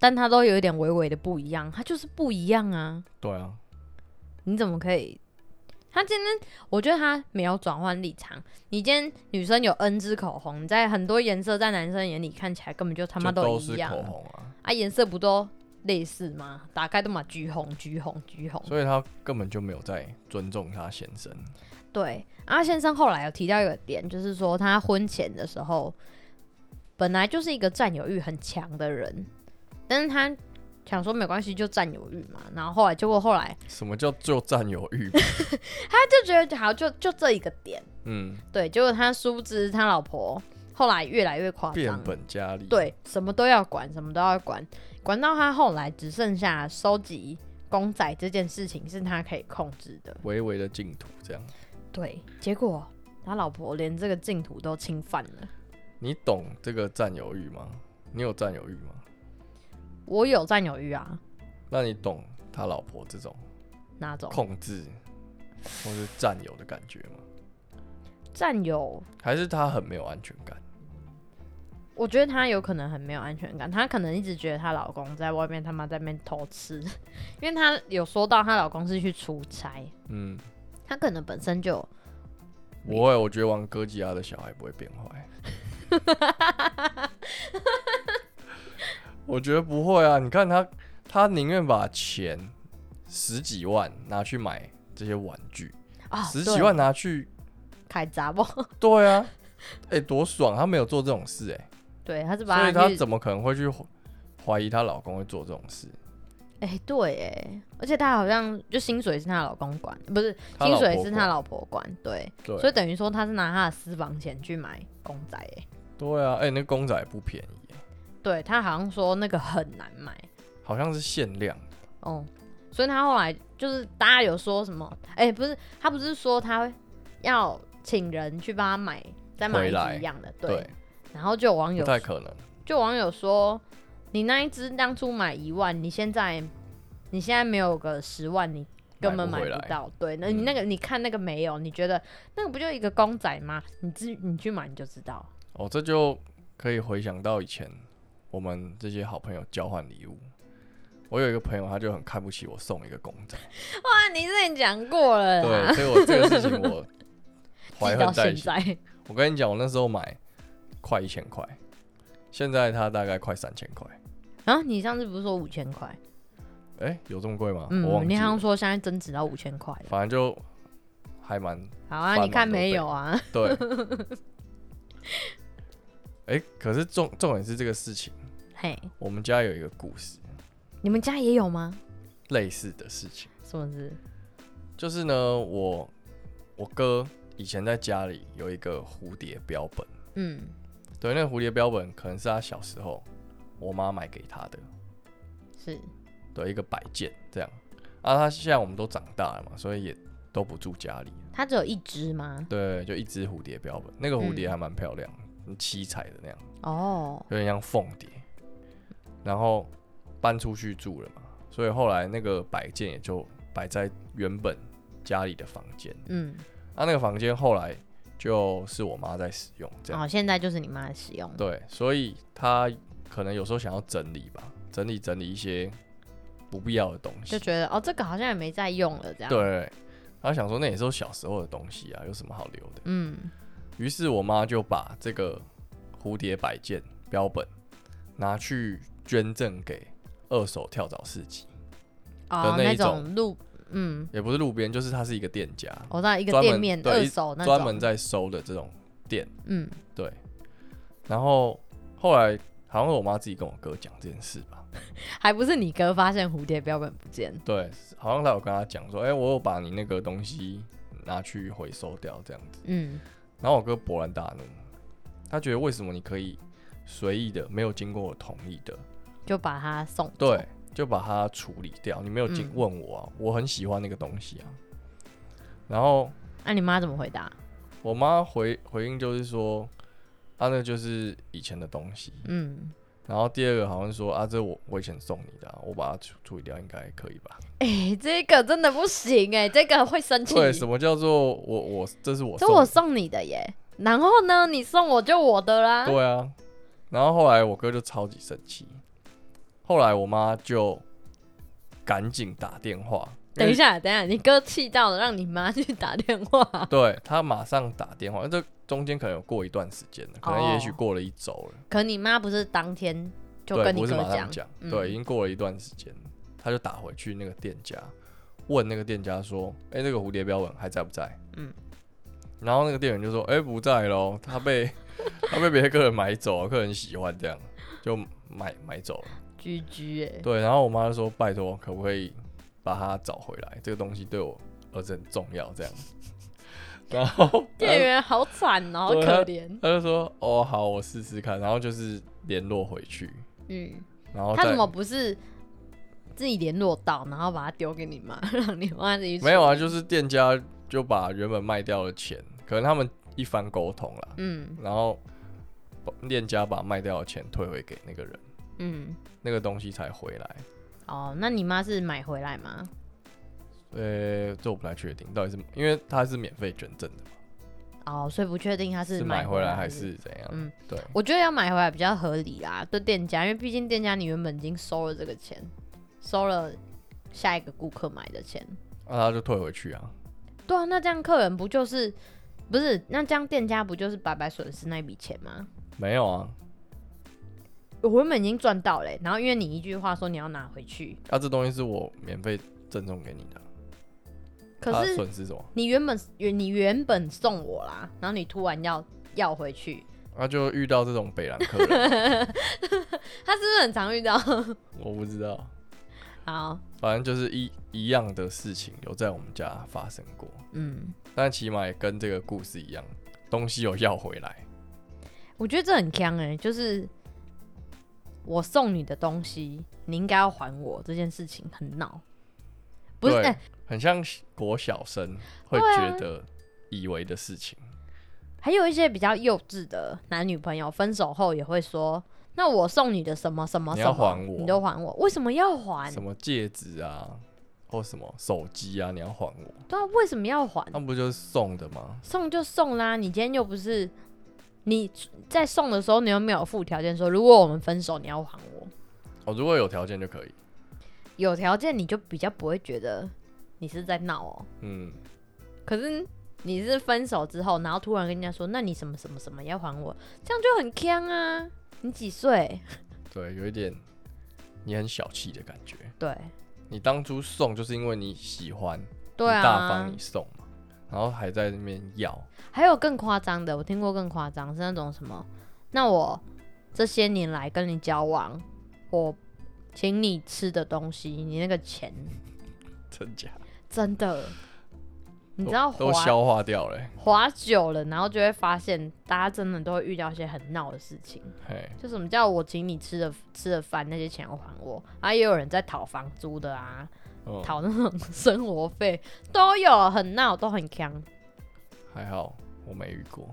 Speaker 2: 但他都有一点微微的不一样，他就是不一样啊。
Speaker 1: 对啊，
Speaker 2: 你怎么可以？他今天我觉得他没有转换立场。你今天女生有 N 支口红，你在很多颜色在男生眼里看起来根本就他妈
Speaker 1: 就都
Speaker 2: 一
Speaker 1: 是
Speaker 2: 样
Speaker 1: 口红啊，
Speaker 2: 啊，颜色不都类似吗？打开都嘛橘红、橘红、橘红。
Speaker 1: 所以他根本就没有在尊重他先生。
Speaker 2: 对，阿先生后来有提到一个点，就是说他婚前的时候，本来就是一个占有欲很强的人，但是他想说没关系，就占有欲嘛。然后后来结果后来
Speaker 1: 什么叫就占有欲？ [laughs]
Speaker 2: 他就觉得好，就就这一个点，
Speaker 1: 嗯，
Speaker 2: 对。结果他殊不知他老婆后来越来越夸
Speaker 1: 变
Speaker 2: 张，
Speaker 1: 本加厉。，
Speaker 2: 对，什么都要管，什么都要管，管到他后来只剩下收集公仔这件事情是他可以控制的。
Speaker 1: 微微的净土这样，
Speaker 2: 对，结果他老婆连这个净土都侵犯了。
Speaker 1: 你懂这个占有欲吗？你有占有欲吗？
Speaker 2: 我有占有欲啊，
Speaker 1: 那你懂他老婆这种
Speaker 2: 哪种
Speaker 1: 控制或是占有的感觉吗？
Speaker 2: 占有？
Speaker 1: 还是他很没有安全感？
Speaker 2: 我觉得她有可能很没有安全感，她可能一直觉得她老公在外面他妈在那边偷吃， [laughs] 因为她有说到她老公是去出差，
Speaker 1: 嗯，
Speaker 2: 她可能本身就有
Speaker 1: 不会，我觉得玩哥吉拉的小孩不会变坏。我觉得不会啊！你看他，他宁愿把钱十几万拿去买这些玩具，
Speaker 2: 啊、
Speaker 1: 十几万拿去，
Speaker 2: 开杂包，
Speaker 1: 对啊，哎、多爽！他没有做这种事、哎，
Speaker 2: 对，她是把
Speaker 1: 所以
Speaker 2: 她
Speaker 1: 她
Speaker 2: 去
Speaker 1: 怎么可能会去怀疑她老公会做这种事？
Speaker 2: 哎、对哎，而且她好像就薪水是她老公管，不是
Speaker 1: 她
Speaker 2: 薪
Speaker 1: 老
Speaker 2: 水
Speaker 1: 婆
Speaker 2: 是
Speaker 1: 管
Speaker 2: 她老婆管，对，
Speaker 1: 对
Speaker 2: 所以等于说她是拿她的私房钱去买公仔哎，
Speaker 1: 对啊，哎、那公仔也不便宜、哎
Speaker 2: 对她好像说那个很难买，
Speaker 1: 好像是限量。
Speaker 2: 哦、所以她后来就是大家有说什么，哎、不是她不是说她要请人去帮她买再买
Speaker 1: 回
Speaker 2: 一
Speaker 1: 来
Speaker 2: 只一样的，对，
Speaker 1: 对，
Speaker 2: 然后就有网
Speaker 1: 不
Speaker 2: 友
Speaker 1: 太可能。
Speaker 2: 就有网友说，你那一只当初买一万，你现在你现在没有个十万，你根本
Speaker 1: 买
Speaker 2: 买
Speaker 1: 不回来
Speaker 2: 不到。对，那
Speaker 1: 嗯
Speaker 2: 你那个、你看那个没有，你觉得那个不就一个公仔吗？你自你去买你就知道。
Speaker 1: 哦，这就可以回想到以前我们这些好朋友交换礼物。我有一个朋友，他就很看不起我送一个公仔，
Speaker 2: 哇，你之前讲过了啦， [laughs]
Speaker 1: 对，所以我这个事情我怀
Speaker 2: 记呃到
Speaker 1: 恨在
Speaker 2: 现
Speaker 1: 心。
Speaker 2: 在。
Speaker 1: 我跟你讲，我那时候买快一千块，现在它大概快三千块。
Speaker 2: 然后、啊你上次不是说五千块？
Speaker 1: 哎、有这么贵吗？我
Speaker 2: 嗯，
Speaker 1: 忘
Speaker 2: 你
Speaker 1: 记
Speaker 2: 好像
Speaker 1: 了，
Speaker 2: 说现在增值到五千块了。
Speaker 1: 反正就还蛮
Speaker 2: 好啊，
Speaker 1: 翻
Speaker 2: 你看
Speaker 1: 蛮多
Speaker 2: 没
Speaker 1: 倍
Speaker 2: 有啊？ [laughs]
Speaker 1: 对。哎、可是重重点是这个事情，
Speaker 2: 嘿，
Speaker 1: 我们家有一个故事，
Speaker 2: 你们家也有吗？
Speaker 1: 类似的事情。
Speaker 2: 什么事？
Speaker 1: 就是呢，我我哥以前在家里有一个蝴蝶标本，
Speaker 2: 嗯，
Speaker 1: 对，那个蝴蝶标本可能是他小时候我妈买给他的，
Speaker 2: 是
Speaker 1: 对，一个摆件这样。啊，他现在我们都长大了嘛，所以也都不住家里，
Speaker 2: 它只有一只吗？
Speaker 1: 对，就一只蝴蝶标本，那个蝴蝶
Speaker 2: 嗯
Speaker 1: 还蛮漂亮，很七彩的那样，
Speaker 2: 哦，
Speaker 1: 有点像凤蝶。然后搬出去住了嘛，所以后来那个摆件也就摆在原本家里的房间。
Speaker 2: 嗯，
Speaker 1: 啊，那个房间后来就是我妈在使用，这样、
Speaker 2: 哦，现在就是你妈的使用。
Speaker 1: 对，所以她可能有时候想要整理吧，整理整理一些不必要的东西
Speaker 2: 就，觉得哦，这个好像也没再用了，这样。，
Speaker 1: 对，她想说那也是我小时候的东西啊，有什么好留的？
Speaker 2: 嗯，
Speaker 1: 于是我妈就把这个蝴蝶摆件标本拿去捐赠给二手跳蚤市集，
Speaker 2: 哦，
Speaker 1: 的那
Speaker 2: 那
Speaker 1: 一种
Speaker 2: 种路，嗯，
Speaker 1: 也不是路边，就是它是一个店家，
Speaker 2: 我知道一个
Speaker 1: 专门
Speaker 2: 店面
Speaker 1: 对
Speaker 2: 二
Speaker 1: 一
Speaker 2: 手哦那种，
Speaker 1: 专门在收的这种店。
Speaker 2: 嗯，
Speaker 1: 对，然后后来好像是我妈自己跟我哥讲这件事吧，
Speaker 2: 还不是你哥发现蝴蝶标本不见，
Speaker 1: 对，好像她有跟他讲说，哎、我有把你那个东西拿去回收掉这样子。
Speaker 2: 嗯，
Speaker 1: 然后我哥勃然大怒，他觉得为什么你可以随意的，没有经过我同意的，
Speaker 2: 就把它送走
Speaker 1: 对，，就把它处理掉，你没有经
Speaker 2: 嗯
Speaker 1: 问我啊，我很喜欢那个东西啊。然后
Speaker 2: 那、你妈怎么回答？
Speaker 1: 我妈回回应就是说，啊，那就是以前的东西，
Speaker 2: 嗯，
Speaker 1: 然后第二个好像说啊，这我我以前送你的啊、我把它处处理掉，应该可以吧？
Speaker 2: 哎、这个真的不行哎、这个会生气，
Speaker 1: 对，什么叫做我我这是我
Speaker 2: 这
Speaker 1: 送
Speaker 2: 我
Speaker 1: 你
Speaker 2: 送你的耶，然后呢，你送我就我的啦，
Speaker 1: 对啊，然后后来我哥就超级生气，后来我妈就赶紧打电话，因
Speaker 2: 等
Speaker 1: 为
Speaker 2: 一，下，等一下，你哥气到了，让你妈去打电话，
Speaker 1: 对他马上打电话，这中间可能有过一段时间了，可能也许
Speaker 2: 哦
Speaker 1: 过了一周了，
Speaker 2: [laughs] 可你妈不是当天就
Speaker 1: 对，
Speaker 2: 跟你
Speaker 1: 不是
Speaker 2: 哥
Speaker 1: 马上讲，
Speaker 2: 嗯
Speaker 1: 对，已经过了一段时间了，他就打回去那个店家，问那个店家说，哎、那个蝴蝶标本还在不在？
Speaker 2: 嗯，
Speaker 1: 然后那个店员就说，哎、不在喽，他被他被别的客人买走了，客人喜欢这样，就买买走了。
Speaker 2: 居居哎、
Speaker 1: 对，然后我妈就说：“拜托，可不可以把它找回来？这个东西对我儿子很重要。”这样，然后
Speaker 2: [laughs] 店员好惨哦，好
Speaker 1: 对啊
Speaker 2: 可怜。
Speaker 1: 他就说：“哦，好，我试试看。”然后就是联络回去，
Speaker 2: 嗯，
Speaker 1: 然后
Speaker 2: 他
Speaker 1: 再
Speaker 2: 怎么不是自己联络到，然后把它丢给你妈， [laughs] 让你妈自己处
Speaker 1: 没有啊？
Speaker 2: 理
Speaker 1: 就是店家就把原本卖掉的钱，可能他们一番沟通啦，
Speaker 2: 嗯，
Speaker 1: 然后把店家把卖掉的钱退回给那个人，
Speaker 2: 嗯，
Speaker 1: 那个东西才回来。
Speaker 2: 哦，那你妈是买回来吗？
Speaker 1: 呃，这我不太确定，到底是因为它是免费捐赠的嘛，
Speaker 2: 哦，所以不确定她
Speaker 1: 是
Speaker 2: 买
Speaker 1: 买回来
Speaker 2: 来
Speaker 1: 还？是怎样？
Speaker 2: 嗯，
Speaker 1: 对，
Speaker 2: 我觉得要买回来比较合理啦，对店家，因为毕竟店家你原本已经收了这个钱，收了下一个顾客买的钱。
Speaker 1: 那、他就退回去啊。
Speaker 2: 对啊，那这样客人不就是不是？那这样店家不就是白白损失那笔钱吗？
Speaker 1: 没有啊，
Speaker 2: 我原本已经赚到嘞、欸然后因为你一句话说你要拿回去，
Speaker 1: 啊，这东西是我免费赠送给你的，
Speaker 2: 可
Speaker 1: 它
Speaker 2: 是
Speaker 1: 损失什么？
Speaker 2: 你原本原你原本送我啦，然后你突然要要回去，
Speaker 1: 他啊就遇到这种北兰客人，
Speaker 2: 他是不是很常遇到？ [laughs]
Speaker 1: 我不知道，
Speaker 2: 好，
Speaker 1: 反正就是一一样的事情有在我们家发生过，
Speaker 2: 嗯，
Speaker 1: 但起码也跟这个故事一样，东西有要回来。
Speaker 2: 我觉得这很强哎、就是我送你的东西，你应该要还我，这件事情很闹，不是？
Speaker 1: 对
Speaker 2: 哎，
Speaker 1: 很像国小生会
Speaker 2: 对啊
Speaker 1: 觉得以为的事情。
Speaker 2: 还有一些比较幼稚的男女朋友分手后也会说：“那我送你的什么什么
Speaker 1: 你
Speaker 2: 什
Speaker 1: 要
Speaker 2: 么，
Speaker 1: 还我
Speaker 2: 你都还我，为什么要还？
Speaker 1: 什么戒指啊，或什么手机啊，你要还我，
Speaker 2: 对啊，为什么要还？
Speaker 1: 那不就是送的吗？
Speaker 2: 送就送啦，你今天又不是你在送的时候，你又没有附条件说，如果我们分手，你要还我。
Speaker 1: 哦，如果有条件就可以。
Speaker 2: 有条件你就比较不会觉得你是在闹哦、
Speaker 1: 嗯，
Speaker 2: 可是你是分手之后，然后突然跟人家说，那你什么什么什么要还我，这样就很坑啊！你几岁？
Speaker 1: 对，有一点你很小气的感觉。
Speaker 2: 对
Speaker 1: 你当初送就是因为你喜欢，
Speaker 2: 对啊，
Speaker 1: 你大方你送嘛，然后还在那边要，
Speaker 2: 还有更夸张的，我听过更夸张是那种什么？那我这些年来跟你交往，我请你吃的东西，你那个钱
Speaker 1: 真假？
Speaker 2: 真的，你知道
Speaker 1: 都都
Speaker 2: 滑
Speaker 1: 消化掉了欸、
Speaker 2: 滑久了，然后就会发现，大家真的都会遇到一些很闹的事情。
Speaker 1: 嘿，
Speaker 2: 就什么叫我请你吃的吃的饭那些钱要还我，啊，也有人在讨房租的啊，
Speaker 1: 嗯，
Speaker 2: 讨那种生活费都有，很闹，都很强。
Speaker 1: 还好我没遇过，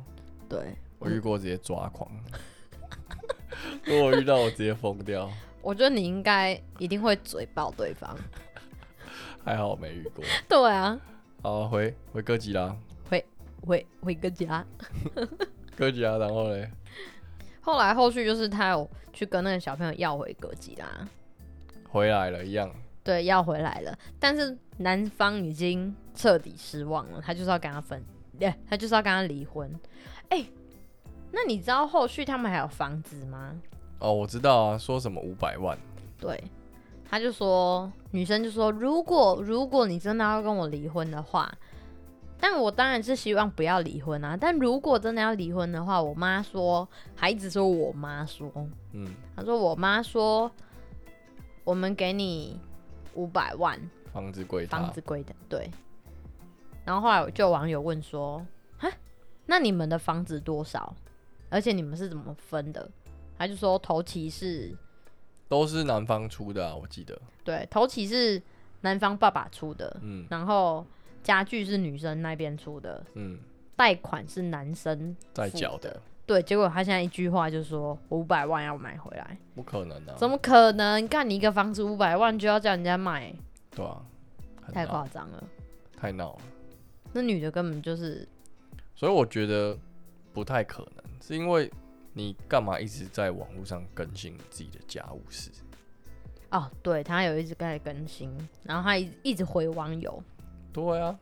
Speaker 2: 对，
Speaker 1: 我遇过直接抓狂。 [laughs] 如果我遇到我直接疯掉，
Speaker 2: 我觉得你应该一定会嘴爆对方。
Speaker 1: 还好我没遇过。
Speaker 2: [laughs] 对啊，
Speaker 1: 好，回回哥吉拉，
Speaker 2: 回回个家。
Speaker 1: 哥吉拉，然后嘞，
Speaker 2: 后来后续就是他有去跟那个小朋友要回哥吉拉，
Speaker 1: 回来了一样，
Speaker 2: 对，要回来了。但是男方已经彻底失望了，他就是要跟他分，对，他就是要跟他离婚。哎、那你知道后续他们还有房子吗？
Speaker 1: 哦，我知道啊，说什么五百万，
Speaker 2: 对，他就说女生就说，如果如果你真的要跟我离婚的话，但我当然是希望不要离婚啊。但如果真的要离婚的话，我妈说，孩子说我妈说，
Speaker 1: 嗯，
Speaker 2: 他说我妈说，我们给你五百万，
Speaker 1: 房子归
Speaker 2: 房
Speaker 1: 他
Speaker 2: 子，归的，对。然后后来就有网友问说，啊，那你们的房子多少？而且你们是怎么分的？他就说头期是
Speaker 1: 都是男方出的啊，我记得，
Speaker 2: 对，头期是男方爸爸出的，
Speaker 1: 嗯
Speaker 2: 然后家具是女生那边出的，
Speaker 1: 嗯，
Speaker 2: 贷款是男生
Speaker 1: 在
Speaker 2: 付
Speaker 1: 缴
Speaker 2: 的
Speaker 1: 的。，
Speaker 2: 对，结果他现在一句话就说五百万要买回来，
Speaker 1: 不可能啊，
Speaker 2: 怎么可能？干你一个房子五百万就要叫人家买，
Speaker 1: 对啊，很
Speaker 2: 太
Speaker 1: 闹
Speaker 2: 夸张了。
Speaker 1: 太闹了，
Speaker 2: 那女的根本就是
Speaker 1: 所以我觉得不太可能，是因为你干嘛一直在网络上更新你自己的家务事？
Speaker 2: 哦，对，她有一直在更新，然后她一一直回网友，
Speaker 1: 对啊，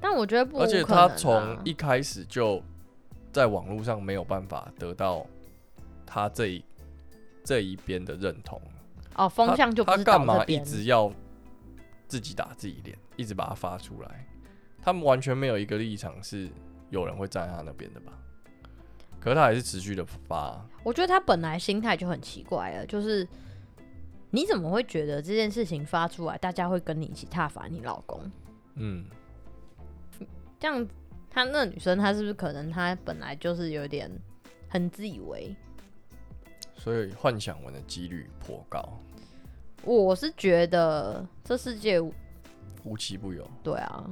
Speaker 2: 但我觉得不无
Speaker 1: 而
Speaker 2: 可能
Speaker 1: 且
Speaker 2: 啊、
Speaker 1: 他从一开始就在网络上没有办法得到他这一这一边的认同，
Speaker 2: 哦风向就不
Speaker 1: 他
Speaker 2: 是
Speaker 1: 干
Speaker 2: 导这
Speaker 1: 嘛一
Speaker 2: 边
Speaker 1: 直要自己打自己脸，一直把它发出来？他们完全没有一个立场是有人会站在他那边的吧？可是他还是持续的发，
Speaker 2: 我觉得他本来心态就很奇怪了，就是你怎么会觉得这件事情发出来，大家会跟你一起挞伐你老公？
Speaker 1: 嗯，
Speaker 2: 这样，她那女生她是不是可能她本来就是有点很自以为？
Speaker 1: 所以幻想文的几率颇高，
Speaker 2: 我是觉得这世界
Speaker 1: 无奇不有。
Speaker 2: 对啊，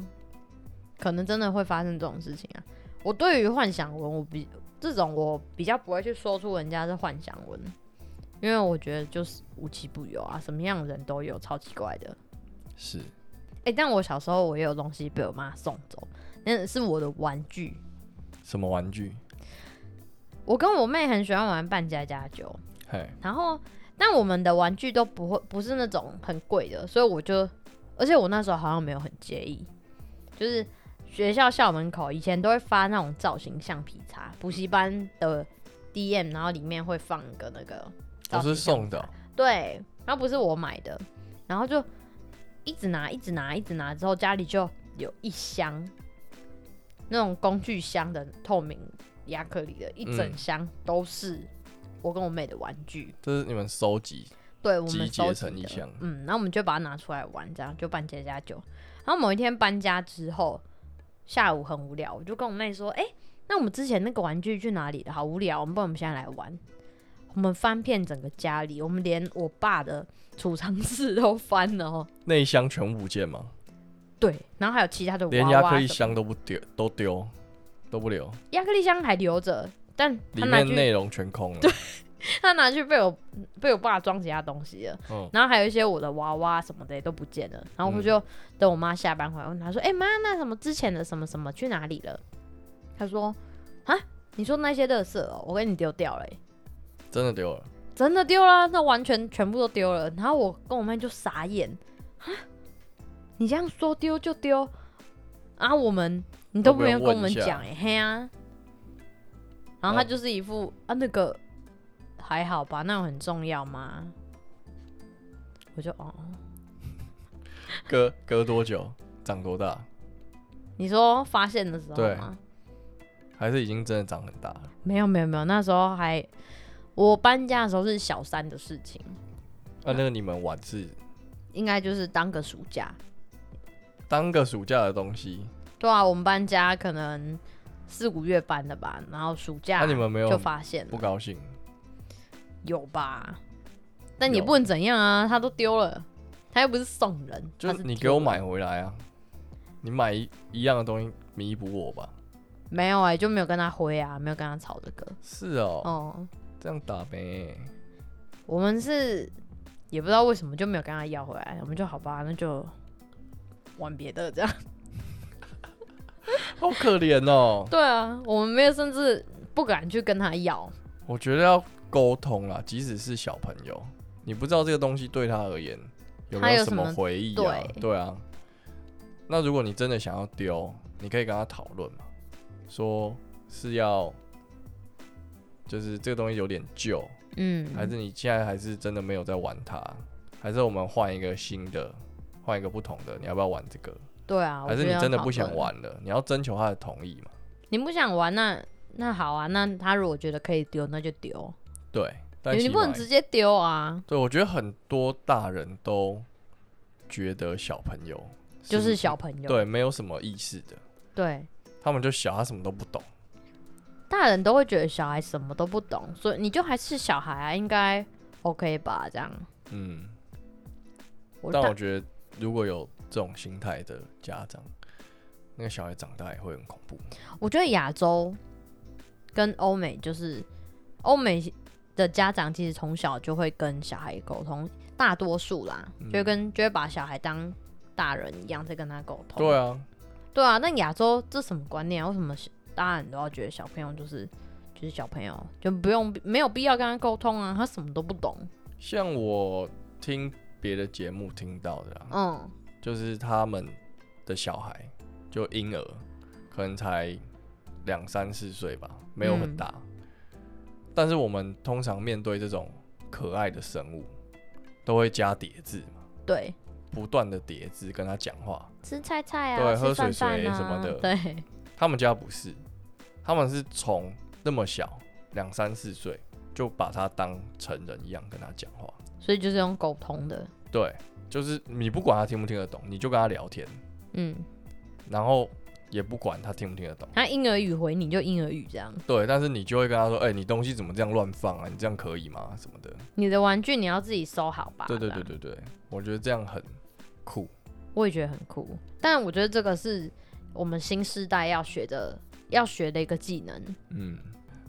Speaker 2: 可能真的会发生这种事情啊。我对于幻想文，我比这种我比较不会去说出人家是幻想文，因为我觉得就是无奇不有啊，什么样的人都有，超奇怪的。
Speaker 1: 是
Speaker 2: 哎、但我小时候我也有东西被我妈送走，那是我的玩具。
Speaker 1: 什么玩具？
Speaker 2: 我跟我妹很喜欢玩扮家家酒，
Speaker 1: 嘿，
Speaker 2: 然后但我们的玩具都不会不是那种很贵的，所以我就，而且我那时候好像没有很介意，就是学校校门口以前都会发那种造型橡皮擦，补习班的 DM，然后里面会放一个那个
Speaker 1: 我
Speaker 2: 造
Speaker 1: 是
Speaker 2: 型橡皮擦，
Speaker 1: 送的哦，
Speaker 2: 对，然后不是我买的，然后就一直拿，一直拿，一直拿，之后家里就有一箱那种工具箱的透明亚克力的，一整
Speaker 1: 嗯
Speaker 2: 箱都是我跟我妹的玩具，
Speaker 1: 这是你们收集
Speaker 2: 对我
Speaker 1: 集
Speaker 2: 们收
Speaker 1: 结
Speaker 2: 集
Speaker 1: 成一
Speaker 2: 的
Speaker 1: 箱。
Speaker 2: 嗯，然后我们就把它拿出来玩，这样就办家家酒。然后某一天搬家之后，下午很无聊，我就跟我妹说：“哎、那我们之前那个玩具去哪里了？好无聊，我们不然我们现在来玩。”我们翻遍整个家里，我们连我爸的储藏室都翻了哦。
Speaker 1: 那一箱全部不见吗？
Speaker 2: 对，然后还有其他的
Speaker 1: 连
Speaker 2: 娃
Speaker 1: 亚
Speaker 2: 娃
Speaker 1: 克力
Speaker 2: 什么
Speaker 1: 箱都不丢，都丢，都不留，
Speaker 2: 亚克力箱还留着，但
Speaker 1: 里
Speaker 2: 他拿
Speaker 1: 面
Speaker 2: 去
Speaker 1: 内容全空了。
Speaker 2: 他拿去被我被我爸装其他东西了。
Speaker 1: 嗯，
Speaker 2: 然后还有一些我的娃娃什么的也都不见了。然后我就等我妈下班回来，问她说：“哎、妈，那什么之前的什么什么去哪里了？”她说：“啊，你说那些垃圾哦、我给你丢掉了、欸
Speaker 1: 真的丢了。
Speaker 2: 真的丢啦，那完全全部都丢了。”然后我跟我妹就傻眼，啊，你这样说丢就丢啊？我们你都
Speaker 1: 都不
Speaker 2: 没有
Speaker 1: 用
Speaker 2: 跟我们
Speaker 1: 问一下
Speaker 2: 讲哎、欸嘿啊。然后
Speaker 1: 哦
Speaker 2: 她就是一副、啊那个还好吧，那很重要吗？我就哦。
Speaker 1: 隔隔多久？长多大？
Speaker 2: 你说发现的时候吗？
Speaker 1: 还是已经真的长很大了？
Speaker 2: 没有没有没有，那时候还我搬家的时候是小三的事情，
Speaker 1: 啊，那个你们玩是
Speaker 2: 应该就是当个暑假。
Speaker 1: 当个暑假的东西，
Speaker 2: 对啊，我们搬家可能四五月搬的吧，然后暑假
Speaker 1: 那啊你们没
Speaker 2: 啊就
Speaker 1: 有
Speaker 2: 发现
Speaker 1: 不
Speaker 2: 了
Speaker 1: 高兴？
Speaker 2: 有吧？但也
Speaker 1: 有
Speaker 2: 不能怎样啊，他都丢了，他又不是送人，
Speaker 1: 就
Speaker 2: 他
Speaker 1: 是
Speaker 2: 是
Speaker 1: 你给
Speaker 2: 丢
Speaker 1: 我
Speaker 2: 了
Speaker 1: 买回来啊，你买一一样的东西弥补我吧。
Speaker 2: 没有哎、就没有跟他挥啊，没有跟他吵这个。
Speaker 1: 是哦，
Speaker 2: 哦、
Speaker 1: 这样打呗。
Speaker 2: 我们是也不知道为什么就没有跟他要回来，我们就好吧，那就玩别的这样。
Speaker 1: 好可怜哦。
Speaker 2: 对啊，我们没有，甚至不敢去跟他要。
Speaker 1: 我觉得要沟通啦，即使是小朋友，你不知道这个东西对他而言有
Speaker 2: 他
Speaker 1: 没
Speaker 2: 有
Speaker 1: 什
Speaker 2: 什么
Speaker 1: 么回忆啊？
Speaker 2: 对
Speaker 1: 对啊。那如果你真的想要丢，你可以跟他讨论嘛，说是要，就是这个东西有点旧，
Speaker 2: 嗯，
Speaker 1: 还是你现在还是真的没有在玩它，还是我们换一个新的，换一个不同的，你要不要玩这个？
Speaker 2: 对啊，
Speaker 1: 还
Speaker 2: 我
Speaker 1: 是
Speaker 2: 觉
Speaker 1: 你
Speaker 2: 得
Speaker 1: 真的
Speaker 2: 要
Speaker 1: 不想
Speaker 2: 讨论？
Speaker 1: 玩了？你要征求他的同意嘛？
Speaker 2: 你不想玩，那那好啊，那他如果觉得可以丢，那就丢。
Speaker 1: 对，但
Speaker 2: 你
Speaker 1: 起
Speaker 2: 你不能
Speaker 1: 码
Speaker 2: 直接丢啊，
Speaker 1: 对，我觉得很多大人都觉得小朋友
Speaker 2: 就是小朋友。
Speaker 1: 对没有什么意识的，
Speaker 2: 对
Speaker 1: 他们就小，他什么都不懂。
Speaker 2: 大人都会觉得小孩什么都不懂，所以你就还是小孩啊，应该 OK 吧？这样，
Speaker 1: 嗯，
Speaker 2: 我
Speaker 1: 但
Speaker 2: 大
Speaker 1: 我觉得如果有这种心态的家长，那个小孩长大也会很恐怖。
Speaker 2: 我觉得亚洲跟欧美就是欧美的家长，其实从小就会跟小孩沟通，大多数啦，
Speaker 1: 嗯
Speaker 2: 就会跟就会把小孩当大人一样在跟他沟通。
Speaker 1: 对啊，
Speaker 2: 对啊，但亚洲这什么观念啊？为什么小大人都要觉得小朋友就是就是小朋友，就不用没有必要跟他沟通啊？他什么都不懂。
Speaker 1: 像我听别的节目听到的啦，啊
Speaker 2: 嗯，
Speaker 1: 就是他们的小孩，就婴儿，可能才两三四岁吧，没有很
Speaker 2: 嗯
Speaker 1: 大。但是我们通常面对这种可爱的生物，都会加叠字嘛，
Speaker 2: 对，
Speaker 1: 不断的叠字跟他讲话。
Speaker 2: 吃菜菜啊，
Speaker 1: 对
Speaker 2: 吃
Speaker 1: 喝水
Speaker 2: 饭
Speaker 1: 水
Speaker 2: 饭啊
Speaker 1: 什么的
Speaker 2: 对，
Speaker 1: 他们家不是，他们是从那么小两三四岁就把他当成人一样跟他讲话。
Speaker 2: 所以就是用沟通的。
Speaker 1: 对，就是你不管他听不听得懂，你就跟他聊天，
Speaker 2: 嗯，
Speaker 1: 然后也不管他听不听得懂。
Speaker 2: 他婴儿语回你就婴儿语这样。
Speaker 1: 对，但是你就会跟他说，哎、你东西怎么这样乱放啊？你这样可以吗？什么的。
Speaker 2: 你的玩具你要自己收好吧？
Speaker 1: 对对
Speaker 2: 这
Speaker 1: 对
Speaker 2: 样，
Speaker 1: 对对，我觉得这样很酷。
Speaker 2: 我也觉得很酷。但我觉得这个是我们新时代要学的，要学的一个技能。
Speaker 1: 嗯，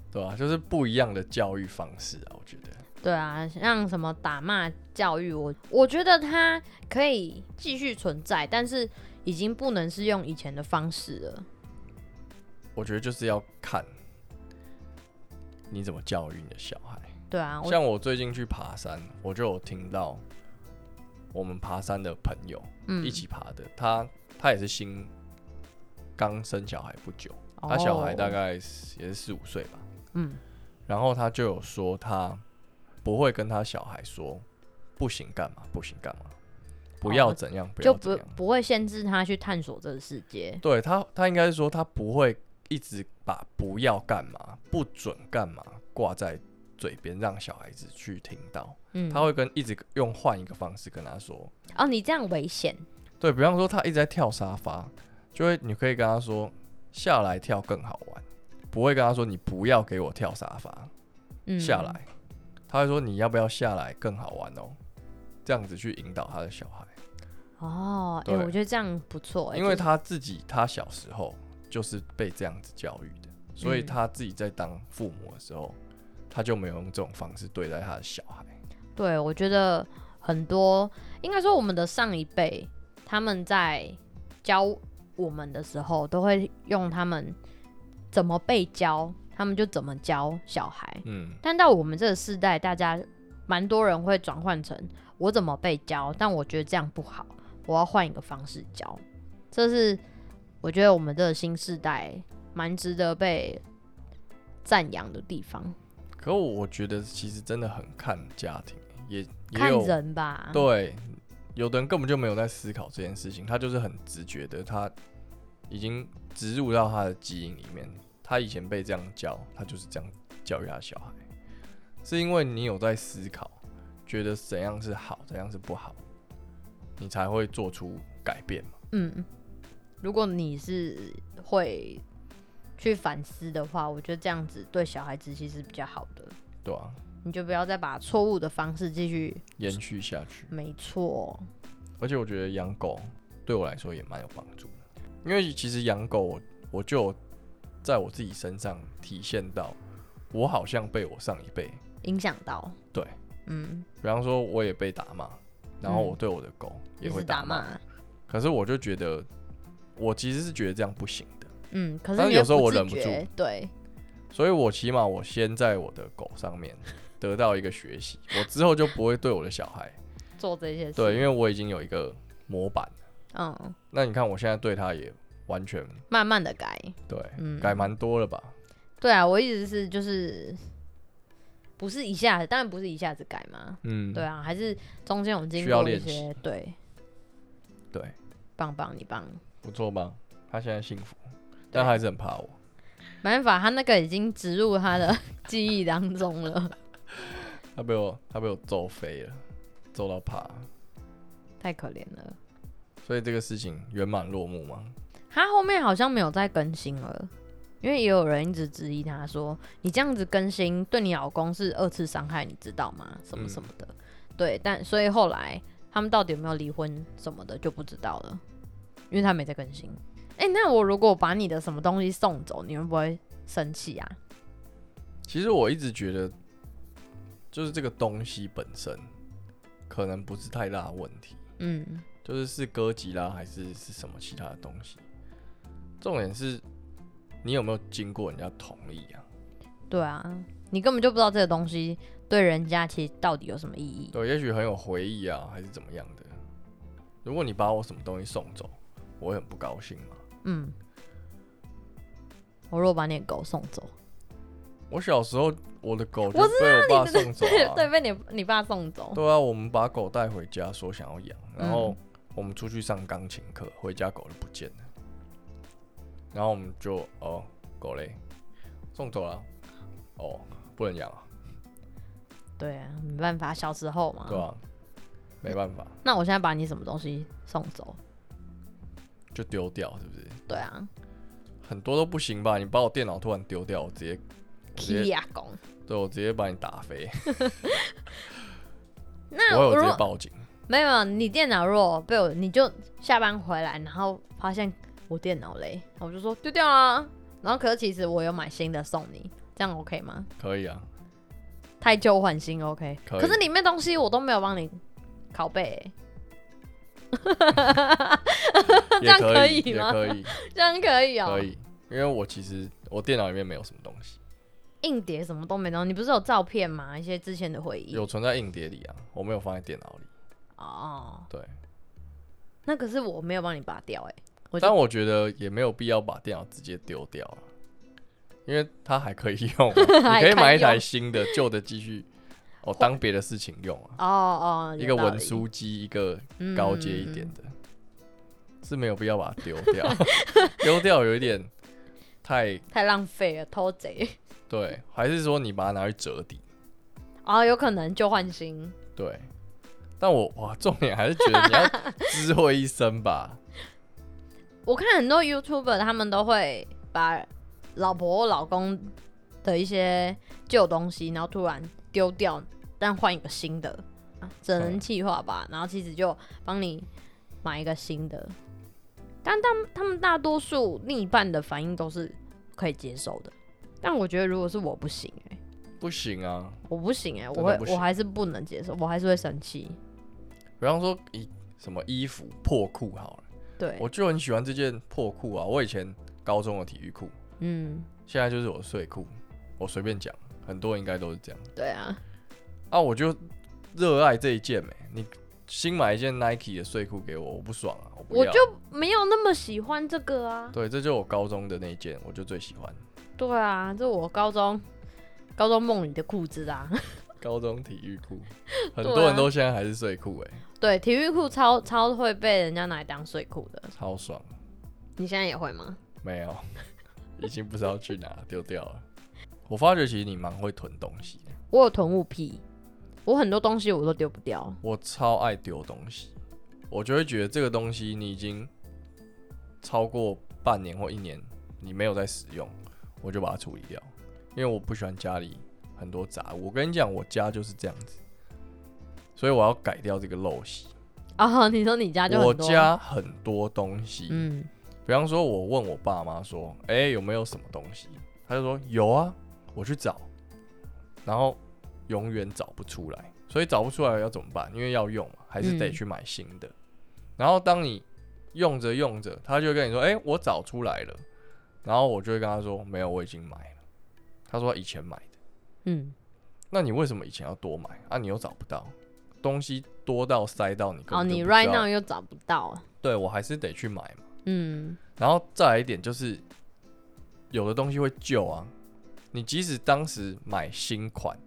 Speaker 1: 对啊，就是不一样的教育方式啊，我觉得。
Speaker 2: 对啊，像什么打骂教育，我我觉得它可以继续存在，但是已经不能是用以前的方式了。
Speaker 1: 我觉得就是要看你怎么教育你的小孩。
Speaker 2: 对啊，我
Speaker 1: 像我最近去爬山，我就有听到我们爬山的朋友、
Speaker 2: 嗯
Speaker 1: 一起爬的，他他也是新刚生小孩不久，他啊小孩大
Speaker 2: 哦
Speaker 1: 概是也是四五岁吧，
Speaker 2: 嗯
Speaker 1: 然后他就有说他不会跟他小孩说不行干嘛，不行干嘛，不要
Speaker 2: 哦
Speaker 1: 怎样，不
Speaker 2: 就
Speaker 1: 要怎
Speaker 2: 不
Speaker 1: 样。
Speaker 2: 不会限制他去探索这个世界。
Speaker 1: 对他，他应该是说他不会一直把不要干嘛、不准干嘛挂在嘴边，让小孩子去听到。
Speaker 2: 嗯，
Speaker 1: 他会跟一直用换一个方式跟他说，
Speaker 2: 哦，你这样危险。
Speaker 1: 对比方说他一直在跳沙发，就会你可以跟他说下来跳更好玩，不会跟他说你不要给我跳沙发
Speaker 2: 嗯，
Speaker 1: 下来，他会说你要不要下来更好玩哦，这样子去引导他的小孩，
Speaker 2: 哦，哎、
Speaker 1: 对
Speaker 2: 我觉得这样不错、哎
Speaker 1: 因为
Speaker 2: 就是
Speaker 1: 他自己他小时候就是被这样子教育的，所以
Speaker 2: 嗯
Speaker 1: 他自己在当父母的时候，他就没有用这种方式对待他的小孩，
Speaker 2: 对，我觉得很多应该说我们的上一辈他们在教我们的时候，都会用他们怎么被教，他们就怎么教小孩。
Speaker 1: 嗯，
Speaker 2: 但到我们这个世代，大家蛮多人会转换成我怎么被教，但我觉得这样不好，我要换一个方式教。这是我觉得我们这个新世代蛮值得被赞扬的地方，
Speaker 1: 可我觉得其实真的很看家庭，也也
Speaker 2: 看
Speaker 1: 有。
Speaker 2: 人吧。
Speaker 1: 对，有的人根本就没有在思考这件事情，他就是很直觉的，他已经植入到他的基因里面。他以前被这样教，他就是这样教育他的小孩。是因为你有在思考，觉得怎样是好，怎样是不好，你才会做出改变嘛。
Speaker 2: 嗯，如果你是会去反思的话，我觉得这样子对小孩子其实比较好的，
Speaker 1: 对啊，
Speaker 2: 你就不要再把错误的方式继续。
Speaker 1: 延续下去。
Speaker 2: 没错，
Speaker 1: 而且我觉得养狗对我来说也蛮有帮助的，因为其实养狗我我就有在我自己身上体现到，我好像被我上一辈
Speaker 2: 影响到。
Speaker 1: 对，
Speaker 2: 嗯，
Speaker 1: 比方说，我也被打骂，然后
Speaker 2: 嗯
Speaker 1: 我对我的狗也会
Speaker 2: 是打
Speaker 1: 骂。
Speaker 2: 骂。
Speaker 1: 可是我就觉得，我其实是觉得这样不行的，
Speaker 2: 嗯，可是
Speaker 1: 但
Speaker 2: 你
Speaker 1: 是有
Speaker 2: 会
Speaker 1: 时候我
Speaker 2: 自
Speaker 1: 忍不
Speaker 2: 觉，对，
Speaker 1: 所以我起码我先在我的狗上面得到一个学习，我之后就不会对我的小
Speaker 2: [laughs]
Speaker 1: 孩，
Speaker 2: 做这些事。
Speaker 1: 对，因为我已经有一个模板了。
Speaker 2: 嗯，
Speaker 1: 那你看我现在对它也完全
Speaker 2: 慢慢的改。
Speaker 1: 对，
Speaker 2: 嗯
Speaker 1: 改蛮多了吧？
Speaker 2: 对啊，我一直是就是，不是一下子，当然不是一下子改嘛。
Speaker 1: 嗯，
Speaker 2: 对啊，还是中间有经
Speaker 1: 需要
Speaker 2: 过一
Speaker 1: 练
Speaker 2: 些，对，
Speaker 1: 对，
Speaker 2: 棒棒，你棒。
Speaker 1: 不错吧？它现在幸福，但它还是很怕我。
Speaker 2: 没办法，他那个已经植入他的 [laughs] 记忆当中
Speaker 1: [laughs]
Speaker 2: 了，
Speaker 1: 它被我它被我揍飞了，揍到怕了。
Speaker 2: 太可怜了。
Speaker 1: 所以这个事情圆满落幕吗？
Speaker 2: 他后面好像没有再更新了，因为也有人一直质疑他说：“你这样子更新对你老公是二次伤害，你知道吗？什么什么的。
Speaker 1: 嗯
Speaker 2: 对，但所以后来他们到底有没有离婚什么的就不知道了，因为他没再更新。哎、那我如果把你的什么东西送走，你会不会生气啊？
Speaker 1: 其实我一直觉得，就是这个东西本身可能不是太大的问题，
Speaker 2: 嗯，
Speaker 1: 就是是哥吉拉还是是什么其他的东西。重点是你有没有经过人家同意啊？
Speaker 2: 对啊，你根本就不知道这个东西对人家其实到底有什么意义。
Speaker 1: 对，也许很有回忆啊，还是怎么样的。如果你把我什么东西送走，我会很不高兴嘛。
Speaker 2: 嗯，我若把你的狗送走，
Speaker 1: 我小时候我的狗就
Speaker 2: 我
Speaker 1: 被我爸送走、啊，
Speaker 2: [laughs] 对，被你你爸送走。
Speaker 1: 对啊，我们把狗带回家，说想要养，然
Speaker 2: 嗯
Speaker 1: 后我们出去上钢琴课，回家狗就不见了，然后我们就哦，狗嘞，送走了，哦，不能养啊，
Speaker 2: 对啊，没办法，小时候嘛。
Speaker 1: 对啊吧、没办法，
Speaker 2: 那我现在把你什么东西送走？
Speaker 1: 就丢掉，是不是？
Speaker 2: 对啊
Speaker 1: 很多都不行吧？你把我电脑突然丢掉，我直接，我直
Speaker 2: ，key
Speaker 1: 接
Speaker 2: 啊公。
Speaker 1: 对我直接把你打飞，
Speaker 2: [laughs] 那
Speaker 1: 我
Speaker 2: 如
Speaker 1: 有直接
Speaker 2: 果
Speaker 1: 报警，
Speaker 2: 没有没有你电脑如果被我，你就下班回来，然后发现我电脑嘞，然后我就说丢掉啦。然后可是其实我有买新的送你，这样 OK 吗？
Speaker 1: 可以啊，
Speaker 2: 太旧换新 OK，
Speaker 1: 可以
Speaker 2: 是里面东西我都没有帮你拷贝欸、
Speaker 1: 这
Speaker 2: 样可以
Speaker 1: 以也
Speaker 2: 吗
Speaker 1: 可以，
Speaker 2: 这样可以哦、
Speaker 1: 可以，因为我其实我电脑里面没有什么东西，
Speaker 2: 硬碟什么都没弄，你不是有照片吗？一些之前的回忆
Speaker 1: 有存在硬碟里啊，我没有放在电脑里。
Speaker 2: 哦，
Speaker 1: 对，
Speaker 2: 那可是我没有帮你拔掉哎、我就
Speaker 1: 但我觉得也没有必要把电脑直接丢掉啊，因为它还可以
Speaker 2: [laughs]
Speaker 1: 用啊、你可
Speaker 2: 还
Speaker 1: 以
Speaker 2: 可以
Speaker 1: 买一台
Speaker 2: 用
Speaker 1: 新的，旧的继续哦当别的事情用啊，
Speaker 2: 哦哦，
Speaker 1: 一
Speaker 2: 有
Speaker 1: 个
Speaker 2: 道
Speaker 1: 文
Speaker 2: 理嗯
Speaker 1: 书机，一个高阶一点的，是没有必要把它丢掉，丢掉有一点太
Speaker 2: 嗯太浪费了，偷贼
Speaker 1: 对，还是说你把它拿去折抵？
Speaker 2: 哦，有可能就换新
Speaker 1: 对，但我哇，重点还是觉得你要知会一声吧， [laughs]
Speaker 2: 我看很多 YouTuber 他们都会把老婆、老公的一些旧东西，然后突然丢掉，但换一个新的，啊整人计划吧。然后妻子就帮你买一个新的，但他们他们大多数另一半的反应都是可以接受的。但我觉得如果是我不行、欸，
Speaker 1: 不行啊。
Speaker 2: 我不行哎、
Speaker 1: 真
Speaker 2: 我
Speaker 1: 的
Speaker 2: 会
Speaker 1: 不行
Speaker 2: 我还是不能接受，我还是会生气。
Speaker 1: 比方说以什么衣服破裤好了，
Speaker 2: 对，
Speaker 1: 我就很喜欢这件破裤啊，我以前高中的体育裤，
Speaker 2: 嗯，
Speaker 1: 现在就是我的睡裤，我随便讲，很多人应该都是这样
Speaker 2: 对啊，
Speaker 1: 啊，我就热爱这一件没、你。新买一件 Nike 的睡裤给我，我不爽啊！我不
Speaker 2: 我
Speaker 1: 要。
Speaker 2: 就没有那么喜欢这个啊。
Speaker 1: 对，这就是我高中的那一件，我就最喜欢
Speaker 2: 对啊，这我高中高中梦里的裤子啊。 [laughs]
Speaker 1: 高中体育裤，很
Speaker 2: 对啊
Speaker 1: 多人都现在还是睡裤哎、
Speaker 2: 对，体育裤超超会被人家拿来当睡裤的。
Speaker 1: 超爽。
Speaker 2: 你现在也会吗？
Speaker 1: 没有， [laughs] 已经不知道去哪丢掉了。我发觉其实你蛮会囤东西的，
Speaker 2: 我有囤物癖，我很多东西我都丢不掉。
Speaker 1: 我超爱丢东西，我就会觉得这个东西你已经超过半年或一年你没有在使用，我就把它处理掉，因为我不喜欢家里很多杂物。我跟你讲，我家就是这样子，所以我要改掉这个陋习。
Speaker 2: 哦， [laughs] 你说你家就
Speaker 1: 我
Speaker 2: 很多，
Speaker 1: 家很多东西，
Speaker 2: 嗯，
Speaker 1: 比方说，我问我爸妈说：“哎、有没有什么东西？”他就说：“有啊，我去找。”然后永远找不出来，所以找不出来要怎么办？因为要用嘛，还是得
Speaker 2: 嗯
Speaker 1: 去买新的。然后当你用着用着，他就会跟你说：“哎、我找出来了。”然后我就会跟他说：“没有，我已经买了。”他说：“以前买的。
Speaker 2: 嗯，”
Speaker 1: 那你为什么以前要多买啊？你又找不到，东西多到塞到你根
Speaker 2: 哦，
Speaker 1: 本就
Speaker 2: 你
Speaker 1: 不知道
Speaker 2: right now 又找不到，
Speaker 1: 对我还是得去买嘛。
Speaker 2: 嗯，
Speaker 1: 然后再来一点就是，有的东西会旧啊，你即使当时买新款，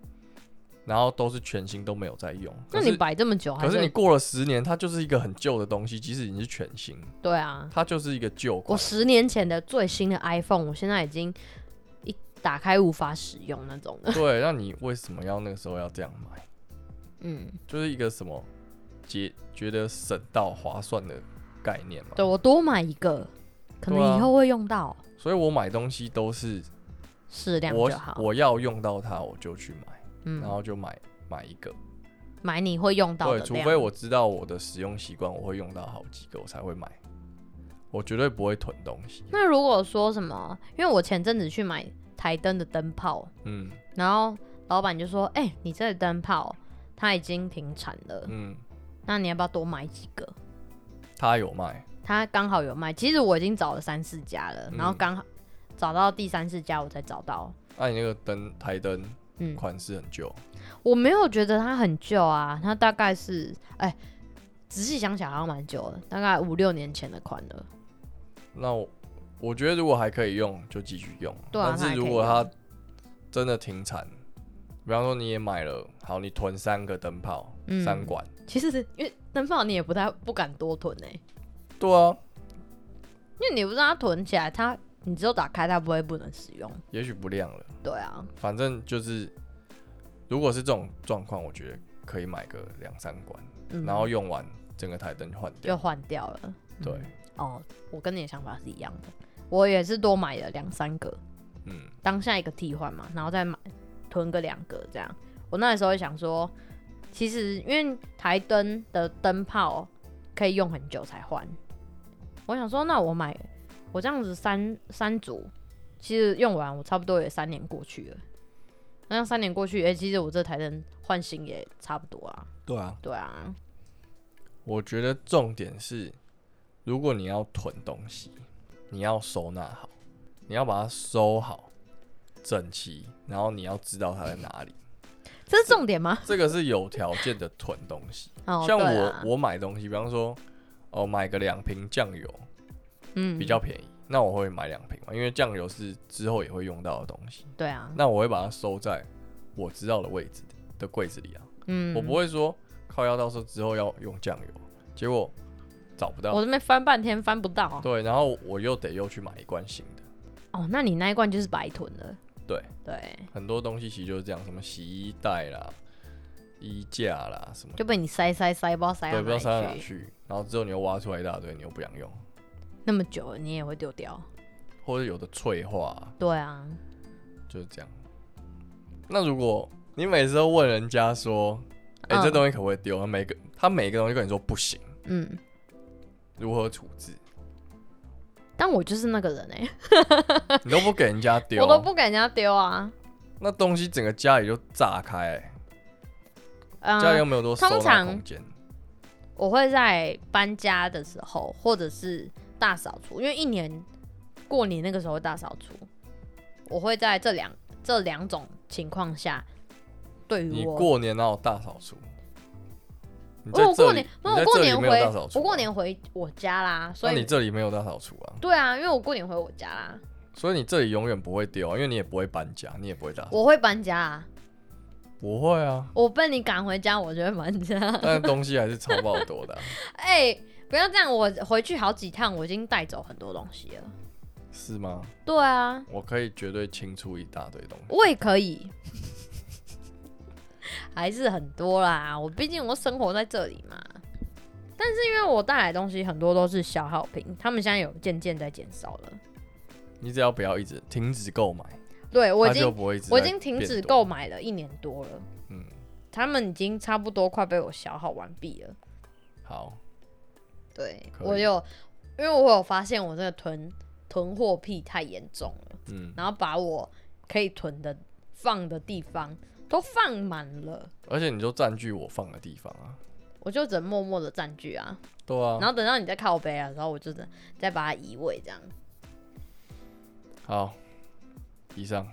Speaker 1: 然后都是全新都没有在用，
Speaker 2: 那
Speaker 1: 可
Speaker 2: 你
Speaker 1: 是
Speaker 2: 摆这么久还
Speaker 1: 可是你过了十年，它就是一个很旧的东西，即使你是全新，
Speaker 2: 对啊，
Speaker 1: 它就是一个旧
Speaker 2: 我
Speaker 1: 款。
Speaker 2: 十年前的最新的 iPhone，我现在已经一打开无法使用那种了。
Speaker 1: 对，那你为什么要那个时候要这样买？
Speaker 2: 嗯，
Speaker 1: 就是一个什么节觉得省到划算的概念嘛。
Speaker 2: 对我多买一个，可能
Speaker 1: 对啊
Speaker 2: 以后会用到，
Speaker 1: 所以我买东西都是
Speaker 2: 适量
Speaker 1: 我
Speaker 2: 就好。
Speaker 1: 我要用到它，我就去买，然
Speaker 2: 嗯，
Speaker 1: 后就买买一个。
Speaker 2: 买你会用到
Speaker 1: 对，
Speaker 2: 的量，
Speaker 1: 除非我知道我的使用习惯，我会用到好几个，我才会买。我绝对不会囤东西。
Speaker 2: 那如果说什么，因为我前阵子去买台灯的灯泡，
Speaker 1: 嗯
Speaker 2: 然后老板就说：“哎、你这个灯泡它已经停产了，
Speaker 1: 嗯，
Speaker 2: 那你要不要多买几个
Speaker 1: 他有卖，？”
Speaker 2: 他刚好有卖，其实我已经找了三四家了，
Speaker 1: 嗯
Speaker 2: 然后刚好找到第三四家我才找到。
Speaker 1: 那、啊你那个灯台灯
Speaker 2: 嗯，
Speaker 1: 款式很旧，
Speaker 2: 我没有觉得它很旧啊，它大概是哎、仔细想想好像蛮久了，大概五六年前的款了。
Speaker 1: 那我我觉得如果还可以用就继续用。
Speaker 2: 对啊
Speaker 1: 但
Speaker 2: 它还
Speaker 1: 是如
Speaker 2: 可以
Speaker 1: 果它
Speaker 2: 用
Speaker 1: 真的停产，比方说你也买了，好，你囤三个灯泡，
Speaker 2: 嗯
Speaker 1: 三管，
Speaker 2: 其实因为灯泡你也不太不敢多囤哎、
Speaker 1: 对啊，
Speaker 2: 因为你不知道它囤起来，它你只有打开它不会不能使用。
Speaker 1: 也许不亮了，
Speaker 2: 对啊，
Speaker 1: 反正就是，如果是这种状况，我觉得可以买个两三管，
Speaker 2: 嗯、
Speaker 1: 然后用完整个台灯换掉。
Speaker 2: 就换掉了。
Speaker 1: 对，
Speaker 2: 哦，我跟你的想法是一样的，我也是多买了两三个，
Speaker 1: 嗯，
Speaker 2: 当下一个替换嘛，然后再买囤个两个这样。我那时候也想说，其实因为台灯的灯泡可以用很久才换，我想说那我买我这样子三三组，其实用完我差不多也三年过去了。那像三年过去，哎、其实我这台灯换新也差不多啊。
Speaker 1: 对啊，
Speaker 2: 对啊，
Speaker 1: 我觉得重点是，如果你要囤东西，你要收纳好，你要把它收好、整齐，然后你要知道它在哪里。
Speaker 2: 这是重点吗？
Speaker 1: 这个是有条件的囤东西。
Speaker 2: 哦，
Speaker 1: 像
Speaker 2: 对
Speaker 1: 我
Speaker 2: 啦，
Speaker 1: 我买东西，比方说，哦，买个两瓶酱油
Speaker 2: 嗯
Speaker 1: 比较便宜，那我会买两瓶嘛，因为酱油是之后也会用到的东西，
Speaker 2: 对啊，
Speaker 1: 那我会把它收在我知道的位置的柜子里啊。
Speaker 2: 嗯，
Speaker 1: 我不会说靠腰，到时候之后要用酱油，结果找不到
Speaker 2: 我。这边翻半天翻不到。
Speaker 1: 对，然后我又得又去买一罐新的。
Speaker 2: 哦，那你那一罐就是白囤了。
Speaker 1: 对，
Speaker 2: 对，
Speaker 1: 很多东西其实就是这样，什么洗衣袋啦、衣架啦什么的，
Speaker 2: 就被你塞塞塞，不知道塞
Speaker 1: 对，
Speaker 2: 到
Speaker 1: 不知道塞到
Speaker 2: 哪
Speaker 1: 哪
Speaker 2: 里去。
Speaker 1: 去。然后之后你又挖出来一大堆，你又不想用，
Speaker 2: 那么久了，你也会丢掉。
Speaker 1: 或者有的脆化啊、
Speaker 2: 对啊，
Speaker 1: 就是这样。那如果你每次都问人家说：“哎、
Speaker 2: 嗯
Speaker 1: 这东西可不可以丢？”他每个他每个东西跟你说不行，
Speaker 2: 嗯，
Speaker 1: 如何处置，
Speaker 2: 但我就是那个人哎、
Speaker 1: 你都不给人家丢，
Speaker 2: [laughs] 我都不给人家丢啊。
Speaker 1: 那东西整个家里就炸开、欸，
Speaker 2: 嗯、
Speaker 1: 家里又没有多收
Speaker 2: 通
Speaker 1: 纳
Speaker 2: 常
Speaker 1: 空间，
Speaker 2: 我会在搬家的时候，或者是大扫除，因为一年过年那个时候会大扫除，我会在这两这两种情况下，对
Speaker 1: 你
Speaker 2: 于我，
Speaker 1: 过年哪有大扫除？你
Speaker 2: 因为我
Speaker 1: 在这
Speaker 2: 过
Speaker 1: 里
Speaker 2: 年，，
Speaker 1: 你在
Speaker 2: 没有我过
Speaker 1: 这
Speaker 2: 年
Speaker 1: 里没有大
Speaker 2: 回
Speaker 1: 扫，除、啊
Speaker 2: 我过，年回我家啦，所
Speaker 1: 那你
Speaker 2: 以
Speaker 1: 这里没有大扫除啊，
Speaker 2: 对啊，因为我过年回我家啦，
Speaker 1: 所以你这里永远不会丢、啊，因为你也不会搬家，你也不会大扫，
Speaker 2: 我会搬家啊，
Speaker 1: 不会啊，
Speaker 2: 我被你赶回家，我就会搬家。
Speaker 1: 但是东西还是超爆多的啊、 [laughs]
Speaker 2: 哎、不要这样，我回去好几趟，我已经带走很多东西了。
Speaker 1: 是吗？
Speaker 2: 对啊，
Speaker 1: 我可以绝对清出一大堆东西。
Speaker 2: 我也可以，还是很多啦。我毕竟我生活在这里嘛，但是因为我带来的东西很多都是消耗品，他们现在有渐渐在减少了。
Speaker 1: 你只要不要一直停止购买，
Speaker 2: 对我已
Speaker 1: 它就
Speaker 2: 经
Speaker 1: 不会一直
Speaker 2: 我已
Speaker 1: 在
Speaker 2: 经停
Speaker 1: 变
Speaker 2: 止
Speaker 1: 多
Speaker 2: 购。买了一年多了，
Speaker 1: 嗯，
Speaker 2: 他们已经差不多快被我消耗完毕了。
Speaker 1: 好，
Speaker 2: 对
Speaker 1: 可以
Speaker 2: 我有，因为我有发现我这个囤囤货癖太严重了。
Speaker 1: 嗯，
Speaker 2: 然后把我可以囤的放的地方都放满了，
Speaker 1: 而且你就占据我放的地方啊。
Speaker 2: 我就只能默默的占据啊。
Speaker 1: 对啊
Speaker 2: 然，后等到你在靠背啊，然后我就再再把它移位这样。
Speaker 1: 好，以上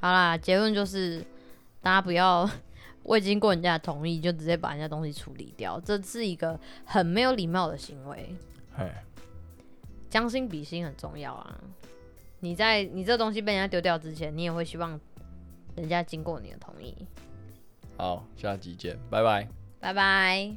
Speaker 2: 好啦，结论就是大家不要未经过人家的同意就直接把人家东西处理掉，这是一个很没有礼貌的行为。
Speaker 1: 嘿，
Speaker 2: 将心比心很重要啊。你在你这东西被人家丢掉之前，你也会希望人家经过你的同意。
Speaker 1: 好，下集见，拜拜。
Speaker 2: 拜拜。